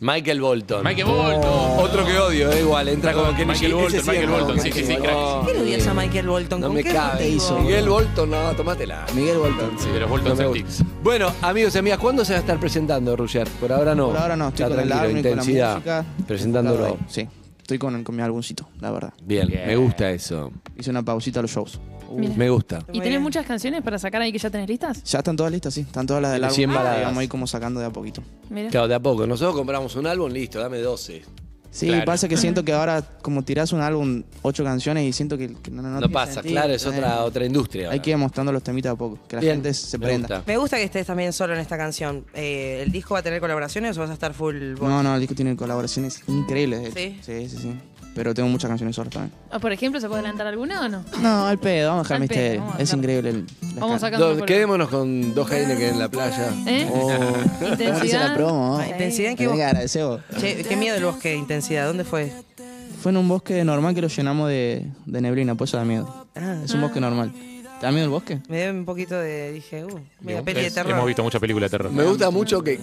C: Michael Bolton.
G: Michael Bolton.
C: Otro que odio, eh, igual. Entra como Kenny
G: Michael
C: G.
G: Bolton,
C: Ese sí
G: Michael
C: es como
G: Bolton, sí,
C: Michael
G: sí, sí, crack.
C: Bolton. Oh,
F: ¿Qué lo odias a Michael Bolton?
C: No
F: ¿Con
C: me
F: qué
C: cabe.
F: motivo?
C: Miguel Bolton, no, tomátela.
D: Miguel Bolton.
G: Sí, de los Bolton
C: No me
G: Celtics.
C: gusta. Bueno, amigos y amigas, ¿cuándo se va a estar presentando, Roger? Por ahora no.
D: Por ahora no,
C: Oh, Está
D: estoy con el
C: tranquilo,
D: álbum y con la
C: intensidad.
D: música.
C: Presentándolo.
D: Sí, estoy con, con mi álbumcito, la verdad.
C: Bien, me gusta eso.
D: Hice una pausita a los shows.
E: Mira.
C: Me gusta.
E: ¿Y tenés muchas canciones para sacar ahí que ya tenés listas?
D: Ya están todas listas, sí. Están todas las del
C: Tiene
D: álbum.
C: 100
D: y
C: baladas.
D: Vamos a ir como sacando de a poquito.
E: Mira.
C: Claro, de a poco. Nosotros compramos un álbum, listo, dame 12.
D: Sí,
G: Claro.
D: pasa que siento que ahora como tirás un álbum, ocho canciones y siento que, que no, no, no
C: No
D: tiene
C: pasa,
D: sentido.
C: claro, es otra,
D: Eh,
C: otra industria.
D: Hay que ir mostrando los temitas de a poco, que la
C: Bien,
D: gente se
C: me
D: prenda.
C: gusta.
F: Me gusta que estés también solo en esta canción. Eh, ¿El disco va a tener colaboraciones o vas a estar full vos?
D: No, no, el disco tiene colaboraciones increíbles. de
F: ¿Sí?
D: hecho. Sí, sí, sí. Pero tengo muchas canciones eh. solas también.
E: O, Ah, por ejemplo, ¿se puede adelantar alguna o no?
D: No, al pedo, vamos a dejar
E: Al pedo,
D: misterio.
E: vamos
D: Es
E: a dejar.
D: increíble el. la
E: Vamos
D: escala.
E: sacando.
C: Do-
E: por-
C: quedémonos con dos que en la playa.
E: ¿Eh?
D: Oh, ¿Cómo dice la promo?
F: La Ah, intensidad en que
D: Tenés
F: vos-
D: que agradecer vos.
F: Che, qué miedo el bosque de intensidad. ¿Dónde fue?
D: Fue en un bosque normal que lo llenamos de, de neblina, pues eso da miedo.
F: Ah,
D: Es un bosque normal. ¿Te da miedo el bosque?
F: me dio un poquito de. Dije, uh, media peli de
G: Es- Hemos
F: terror.
G: visto muchas películas de terror.
C: Me gusta mucho que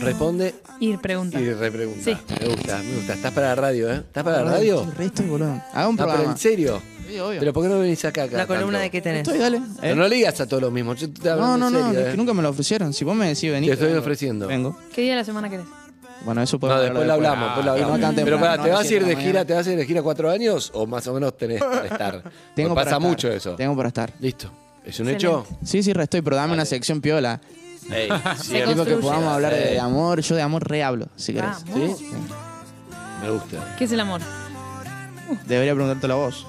C: responde
E: Ir, pregunta.
C: y repregunta.
E: Sí.
C: Me gusta, me gusta. Estás para la radio, ¿eh? ¿Estás para la radio?
D: El resto, boludo. Haga un
C: No, pero
D: programa.
C: en serio.
D: Sí, obvio.
C: Pero ¿por qué no venís acá? cada
F: La columna
C: tanto?
F: de qué tenés.
D: Estoy, dale. ¿eh?
C: Pero no le digas a todos los mismos. Yo te hablo
D: No,
C: en
D: no, no,
C: serio,
D: es
C: ¿eh?
D: que nunca me lo ofrecieron. Si vos me decís venir.
C: Te estoy ofreciendo.
D: Vengo.
E: ¿Qué día de la semana querés?
D: Bueno, eso puede
C: No, después lo hablamos, después lo
G: Ah,
C: hablamos.
D: no tan
C: Pero
D: temprano,
C: pará,
D: no
C: ¿te
D: a las
C: vas a ir
D: siete de
C: de
D: la
C: gira,
D: mañana.
C: te vas a ir de gira cuatro años o más o menos tenés para estar?
D: Tengo
C: Porque
D: para
C: pasa
D: estar.
C: mucho eso.
D: Tengo para estar.
C: Listo. ¿Es un
E: Excelente.
C: hecho?
D: Sí, sí, restoy, pero dame una sección piola.
C: Ey,
E: Se
D: Tipo que
E: construye.
D: podamos hablar
C: Sí.
D: de amor. Yo de amor rehablo, si querés.
E: Vamos.
C: ¿Sí? Me gusta.
E: ¿Qué es el amor?
D: Debería preguntártelo a vos.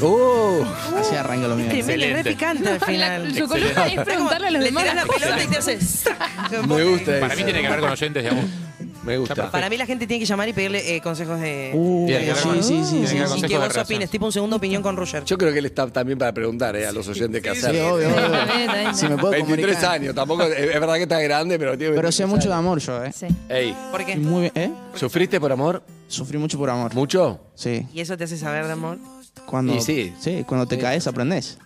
C: ¡Uh!
D: Así arranca lo mío.
F: Tremendo, es re
G: Excelente.
F: picante al
E: La,
F: final.
E: su columna es preguntarle a los
F: Le
E: demás.
F: tirás
E: las
F: la
E: cosas.
F: pelota y te haces.
C: Me gusta eh.
G: Para mí
C: eso.
G: tiene que ver con oyentes de amor.
C: Me gusta.
F: Para mí la gente tiene que llamar y pedirle eh, consejos de.
D: Uh,
C: Bien,
D: sí,
C: bien.
D: sí, sí,
G: Bien,
D: sí.
G: bien.
F: y
G: consejos
F: que
G: de
F: vos
G: relaciones.
F: opines, tipo un segundo opinión con Roger.
C: Yo creo que él está también para preguntar ¿eh? a los oyentes qué
D: Sí,
C: hacer.
D: obvio,
E: Está bien, está bien.
D: obvio. Si me puedo
C: 23
D: comunicar.
C: años, tampoco. Es es verdad que está grande, pero tiene.
D: Pero sé
C: 23
D: mucho de
C: años.
D: amor yo, ¿eh?
E: Sí.
C: Ey,
F: ¿Por
D: Y
F: qué?
D: Muy bien, ¿eh?
C: ¿sufriste por amor?
D: Sufrí mucho por amor.
C: ¿Mucho?
D: Sí.
F: ¿Y eso te hace saber de amor?
D: Cuando,
C: Y sí.
D: cuando te caes aprendés.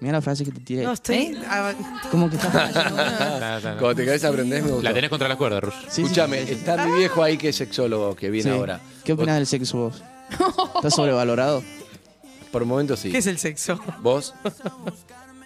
D: Mira la frase que te tiré.
F: No, estoy. ah,
D: ¿Cómo que estás?
G: Nada, nada,
C: Cuando
G: nada.
C: te caes aprendés, me gusta.
G: La tenés contra las cuerdas, Rush.
D: Sí, sí,
C: Escúchame,
D: sí, sí.
C: está mi viejo ahí que es sexólogo que viene
D: Sí.
C: ahora.
D: ¿Qué opinas del sexo vos? ¿Estás sobrevalorado?
C: Por momentos sí.
F: ¿Qué es el sexo?
C: ¿Vos?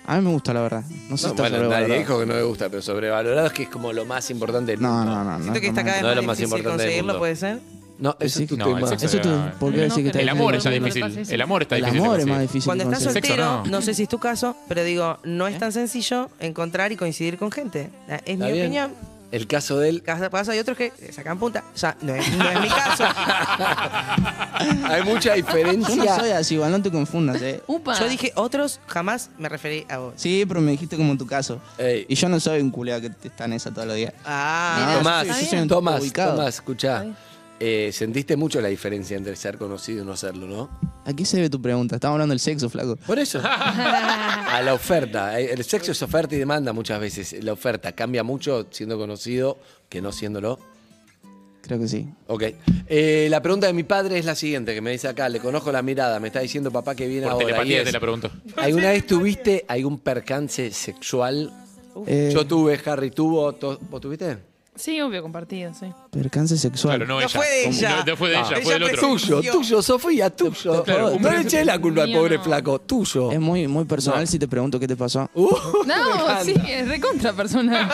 D: A mí me gusta, la verdad. No sé
C: No,
D: si está
C: bueno, nadie
D: sobrevalorado.
C: dijo que no me gusta, pero sobrevalorado es que es como lo más importante. del
D: No,
C: mundo.
D: no, no. no,
F: Siento que
D: no
F: está
D: me-
F: cada vez
C: No
F: más
C: es lo más
F: difícil
C: importante del
F: conseguirlo,
C: mundo.
F: ¿puede ser?
C: No, eso
D: Sí,
C: es tu
G: no,
C: tema.
G: el sexo
D: Eso tú,
G: No,
D: ¿por qué
E: no,
D: decís que
E: pero
D: está
G: El amor está
E: no, no,
G: difícil.
E: no, no, no.
G: El amor está
D: El
G: difícil. de
D: amor es más
G: conseguir.
D: difícil.
F: Cuando
D: de
F: estás
D: conseguir.
G: Sexo,
F: soltero,
G: no.
F: no sé si es tu caso, pero digo, no
D: ¿Eh?
F: es tan sencillo encontrar y coincidir con gente. Ah, Es mi
C: Está bien.
F: opinión.
C: El caso de él.
F: Casa- Pasa, hay otros que sacan punta. O sea, no es, no es mi caso.
C: Hay mucha
D: Yo no soy
C: diferencia.
D: así, igual no te confundas, ¿eh?
E: Upa.
F: Yo dije otros, jamás me referí a vos.
D: Sí, pero me dijiste como en tu caso.
C: Ey.
D: Y yo no soy un culeado que te está en esa todos los días.
F: Ah,
E: Mira.
C: Tomás,
E: Está
D: yo
E: bien.
D: soy un tipo
C: Tomás,
D: ubicado.
C: Tomás, escuchá.
E: Está bien.
C: Eh, sentiste mucho la diferencia entre ser conocido y no serlo, ¿no?
D: ¿A qué se debe tu pregunta? Estamos hablando del sexo, flaco.
C: Por eso. A la oferta. Eh, El sexo es oferta y demanda muchas veces. La oferta cambia mucho siendo conocido que no siéndolo.
D: Creo que sí.
C: Ok. Eh, la pregunta de mi padre es la siguiente, que me dice acá, le conozco la mirada, me está diciendo papá que viene
G: Por
C: ahora. y
G: telepatía
C: es,
G: te la pregunto.
C: ¿Alguna vez tuviste algún percance sexual?
D: Eh,
C: Yo tuve, Harry tuvo, to- ¿vos tuviste?
E: Sí, obvio, compartido, sí.
D: Percance sexual.
G: Claro, no,
F: No
G: ella.
F: fue de ella.
G: No, no fue de ella, fue del otro.
C: Tuyo,
F: Yo-
C: tuyo, Sofía, tuyo.
G: Claro,
C: no le
G: un-
C: eches la culpa al
E: Mío
C: pobre
E: no.
C: flaco, tuyo.
D: Es muy, muy personal si te pregunto qué te pasó.
C: Uh,
E: No, sí, es recontra personal.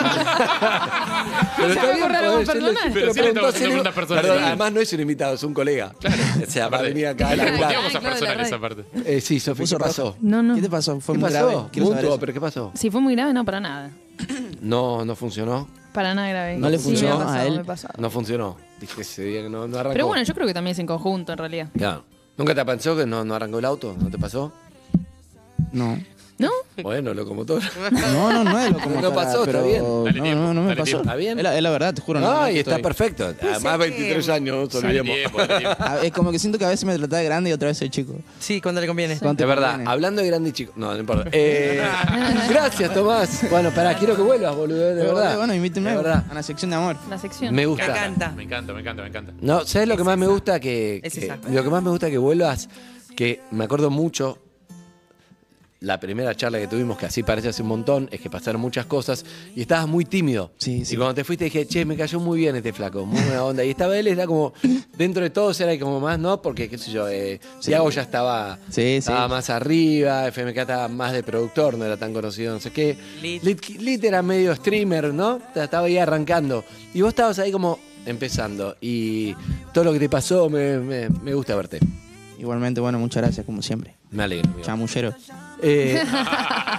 C: pero
E: Ya
C: está
E: me
C: bien,
E: acordé algo
C: podés
E: personal.
C: decirle,
G: Pero sí le
C: preguntó
G: estamos haciendo
C: si le-
G: preguntas personales.
C: Perdón, además no es un invitado, es un colega. Claro. O sea, va a
G: Aparte,
C: venir acá a
G: Le
C: laburar.
G: puteamos a
E: Claro,
G: personal
E: la
G: esa
E: radio.
G: parte.
C: Eh, sí, Sofía, ¿qué
D: Puso
C: pasó?
D: rojo.
E: No, no.
D: ¿Qué te pasó? Fue
C: ¿Qué
D: muy grave.
C: pasó?
D: Quiero saber
C: Mutuo,
D: eso.
C: pero ¿qué pasó?
E: Si fue muy grave, no, para nada.
C: No, no funcionó.
E: Para nada grave.
D: ¿No le
E: Sí, me ha
D: funcionó a
E: pasado,
D: él?
E: me ha pasado.
C: No funcionó. Dije ese día que no, no arrancó.
E: Pero bueno, yo creo que también es en conjunto, en realidad.
C: Claro. ¿Nunca te pensó que no, no arrancó el auto? ¿No te pasó?
D: No.
E: ¿No?
C: Bueno, locomotora.
D: No, no, no es lo como
C: No
D: para-
C: pasó, está
D: pero-
C: bien.
D: No,
G: Dale tiempo,
D: no, no me
G: dale
D: pasó.
G: tiempo.
C: ¿Está bien?
D: Es la, es la verdad, te juro. no,
C: No,
D: no
C: y está
D: estoy-
C: perfecto. Además, 23 años, no nos
G: Dale
C: olvidemos.
G: tiempo, dale tiempo.
D: Ah, Es como que siento que a veces me trataba de grande y otra vez soy chico.
F: Sí, cuando le conviene.
D: Cuando
C: De
D: te
C: verdad,
D: conviene.
C: hablando de grandes chicos. No, no importa. Eh, gracias, Tomás. Bueno, pará, quiero que vuelvas, boludo. De
D: Pero,
C: verdad.
D: Bueno, invítenme
C: De verdad.
D: a la sección de amor.
E: La sección.
C: Me
G: Me
C: gusta.
G: encanta,
F: encanta.
G: me encanta, me encanta, me encanta.
C: No, ¿sabes lo que más me gusta que,
F: Es
C: que-
F: esa.
C: lo que más me gusta que vuelvas que me acuerdo mucho la primera charla que tuvimos que así parece hace un montón es que pasaron muchas cosas y estabas muy tímido.
D: Sí,
C: Y
D: sí.
C: cuando te fuiste dije, "Che, me cayó muy bien este flaco, muy buena onda." Y estaba él, era como dentro de todos era como más, ¿no? Porque qué sé yo, eh, Thiago ya estaba
D: Sí, sí.
C: estaba más arriba, FMK estaba más de productor, no era tan conocido, no sé qué.
F: Lit.
C: Lit, Lit era medio streamer, ¿no? Estaba ahí arrancando. Y vos estabas ahí como empezando. Y todo lo que te pasó, me, me- me gusta verte.
D: Igualmente, bueno, muchas gracias, como siempre.
C: Me alegro. amigo.
D: Chamullero.
C: Eh,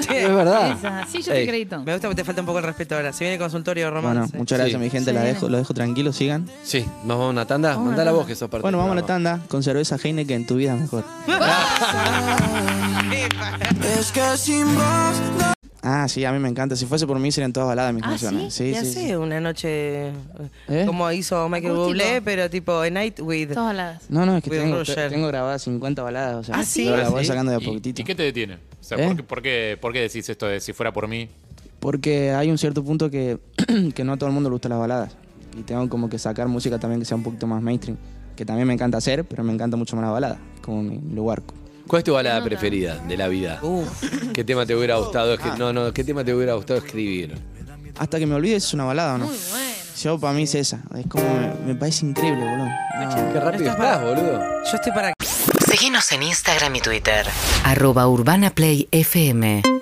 C: es verdad.
E: Esa, Sí, yo te
C: Ey,
E: acredito.
F: Me gusta porque te falta un poco el respeto ahora. Se viene el consultorio, Román.
D: Bueno,
F: Sí.
D: muchas gracias,
C: Sí.
D: mi gente. La dejo, lo dejo tranquilo, sigan.
C: Sí, nos vamos a una tanda.
E: Vamos a
C: Mandá
E: una
C: la voz
E: tanda.
C: que sos parte
D: Bueno,
C: del
D: vamos a la
C: programa.
D: tanda. Con cerveza Heineken, tu vida es mejor.
B: Es que sin vos no
D: Ah, sí, a mí me encanta. Si fuese por mí, serían todas baladas mis
E: Ah,
D: canciones.
E: ¿sí?
D: Sí,
F: Ya
D: sí,
F: sé,
D: sí.
F: una noche eh,
D: ¿Eh?
F: como hizo Michael
E: Acústico.
F: Bublé, pero tipo A Night with...
E: Todas baladas.
D: No, no, es que
F: With
D: tengo,
F: Roger.
D: tengo grabadas 50 baladas. O sea,
F: Ah, ¿sí?
D: yo
F: Ah,
D: las voy
F: ¿sí?
D: sacando de a
G: ¿Y-
D: poquitito.
G: ¿Y qué te detiene? O sea,
D: ¿Eh?
G: ¿por, qué, por qué- por qué decís esto de si fuera por mí?
D: Porque hay un cierto punto que, que no a todo el mundo le gustan las baladas. Y tengo como que sacar música también que sea un poquito más mainstream. Que también me encanta hacer, pero me encanta mucho más la balada. Como mi lugar.
C: ¿Cuál es tu balada preferida de la vida?
F: Uf.
C: ¿Qué tema te hubiera gustado? escri- No, no, ¿qué tema te hubiera gustado escribir?
D: Hasta que me olvides es una balada, ¿o ¿no?
E: Muy bueno.
D: Yo para mí es esa. Es como me, me parece increíble, boludo. No.
C: Qué rápido
F: Esto es para-
C: estás, boludo.
F: Yo estoy para...
H: Seguinos en Instagram y Twitter. Arroba Urbana Play FM.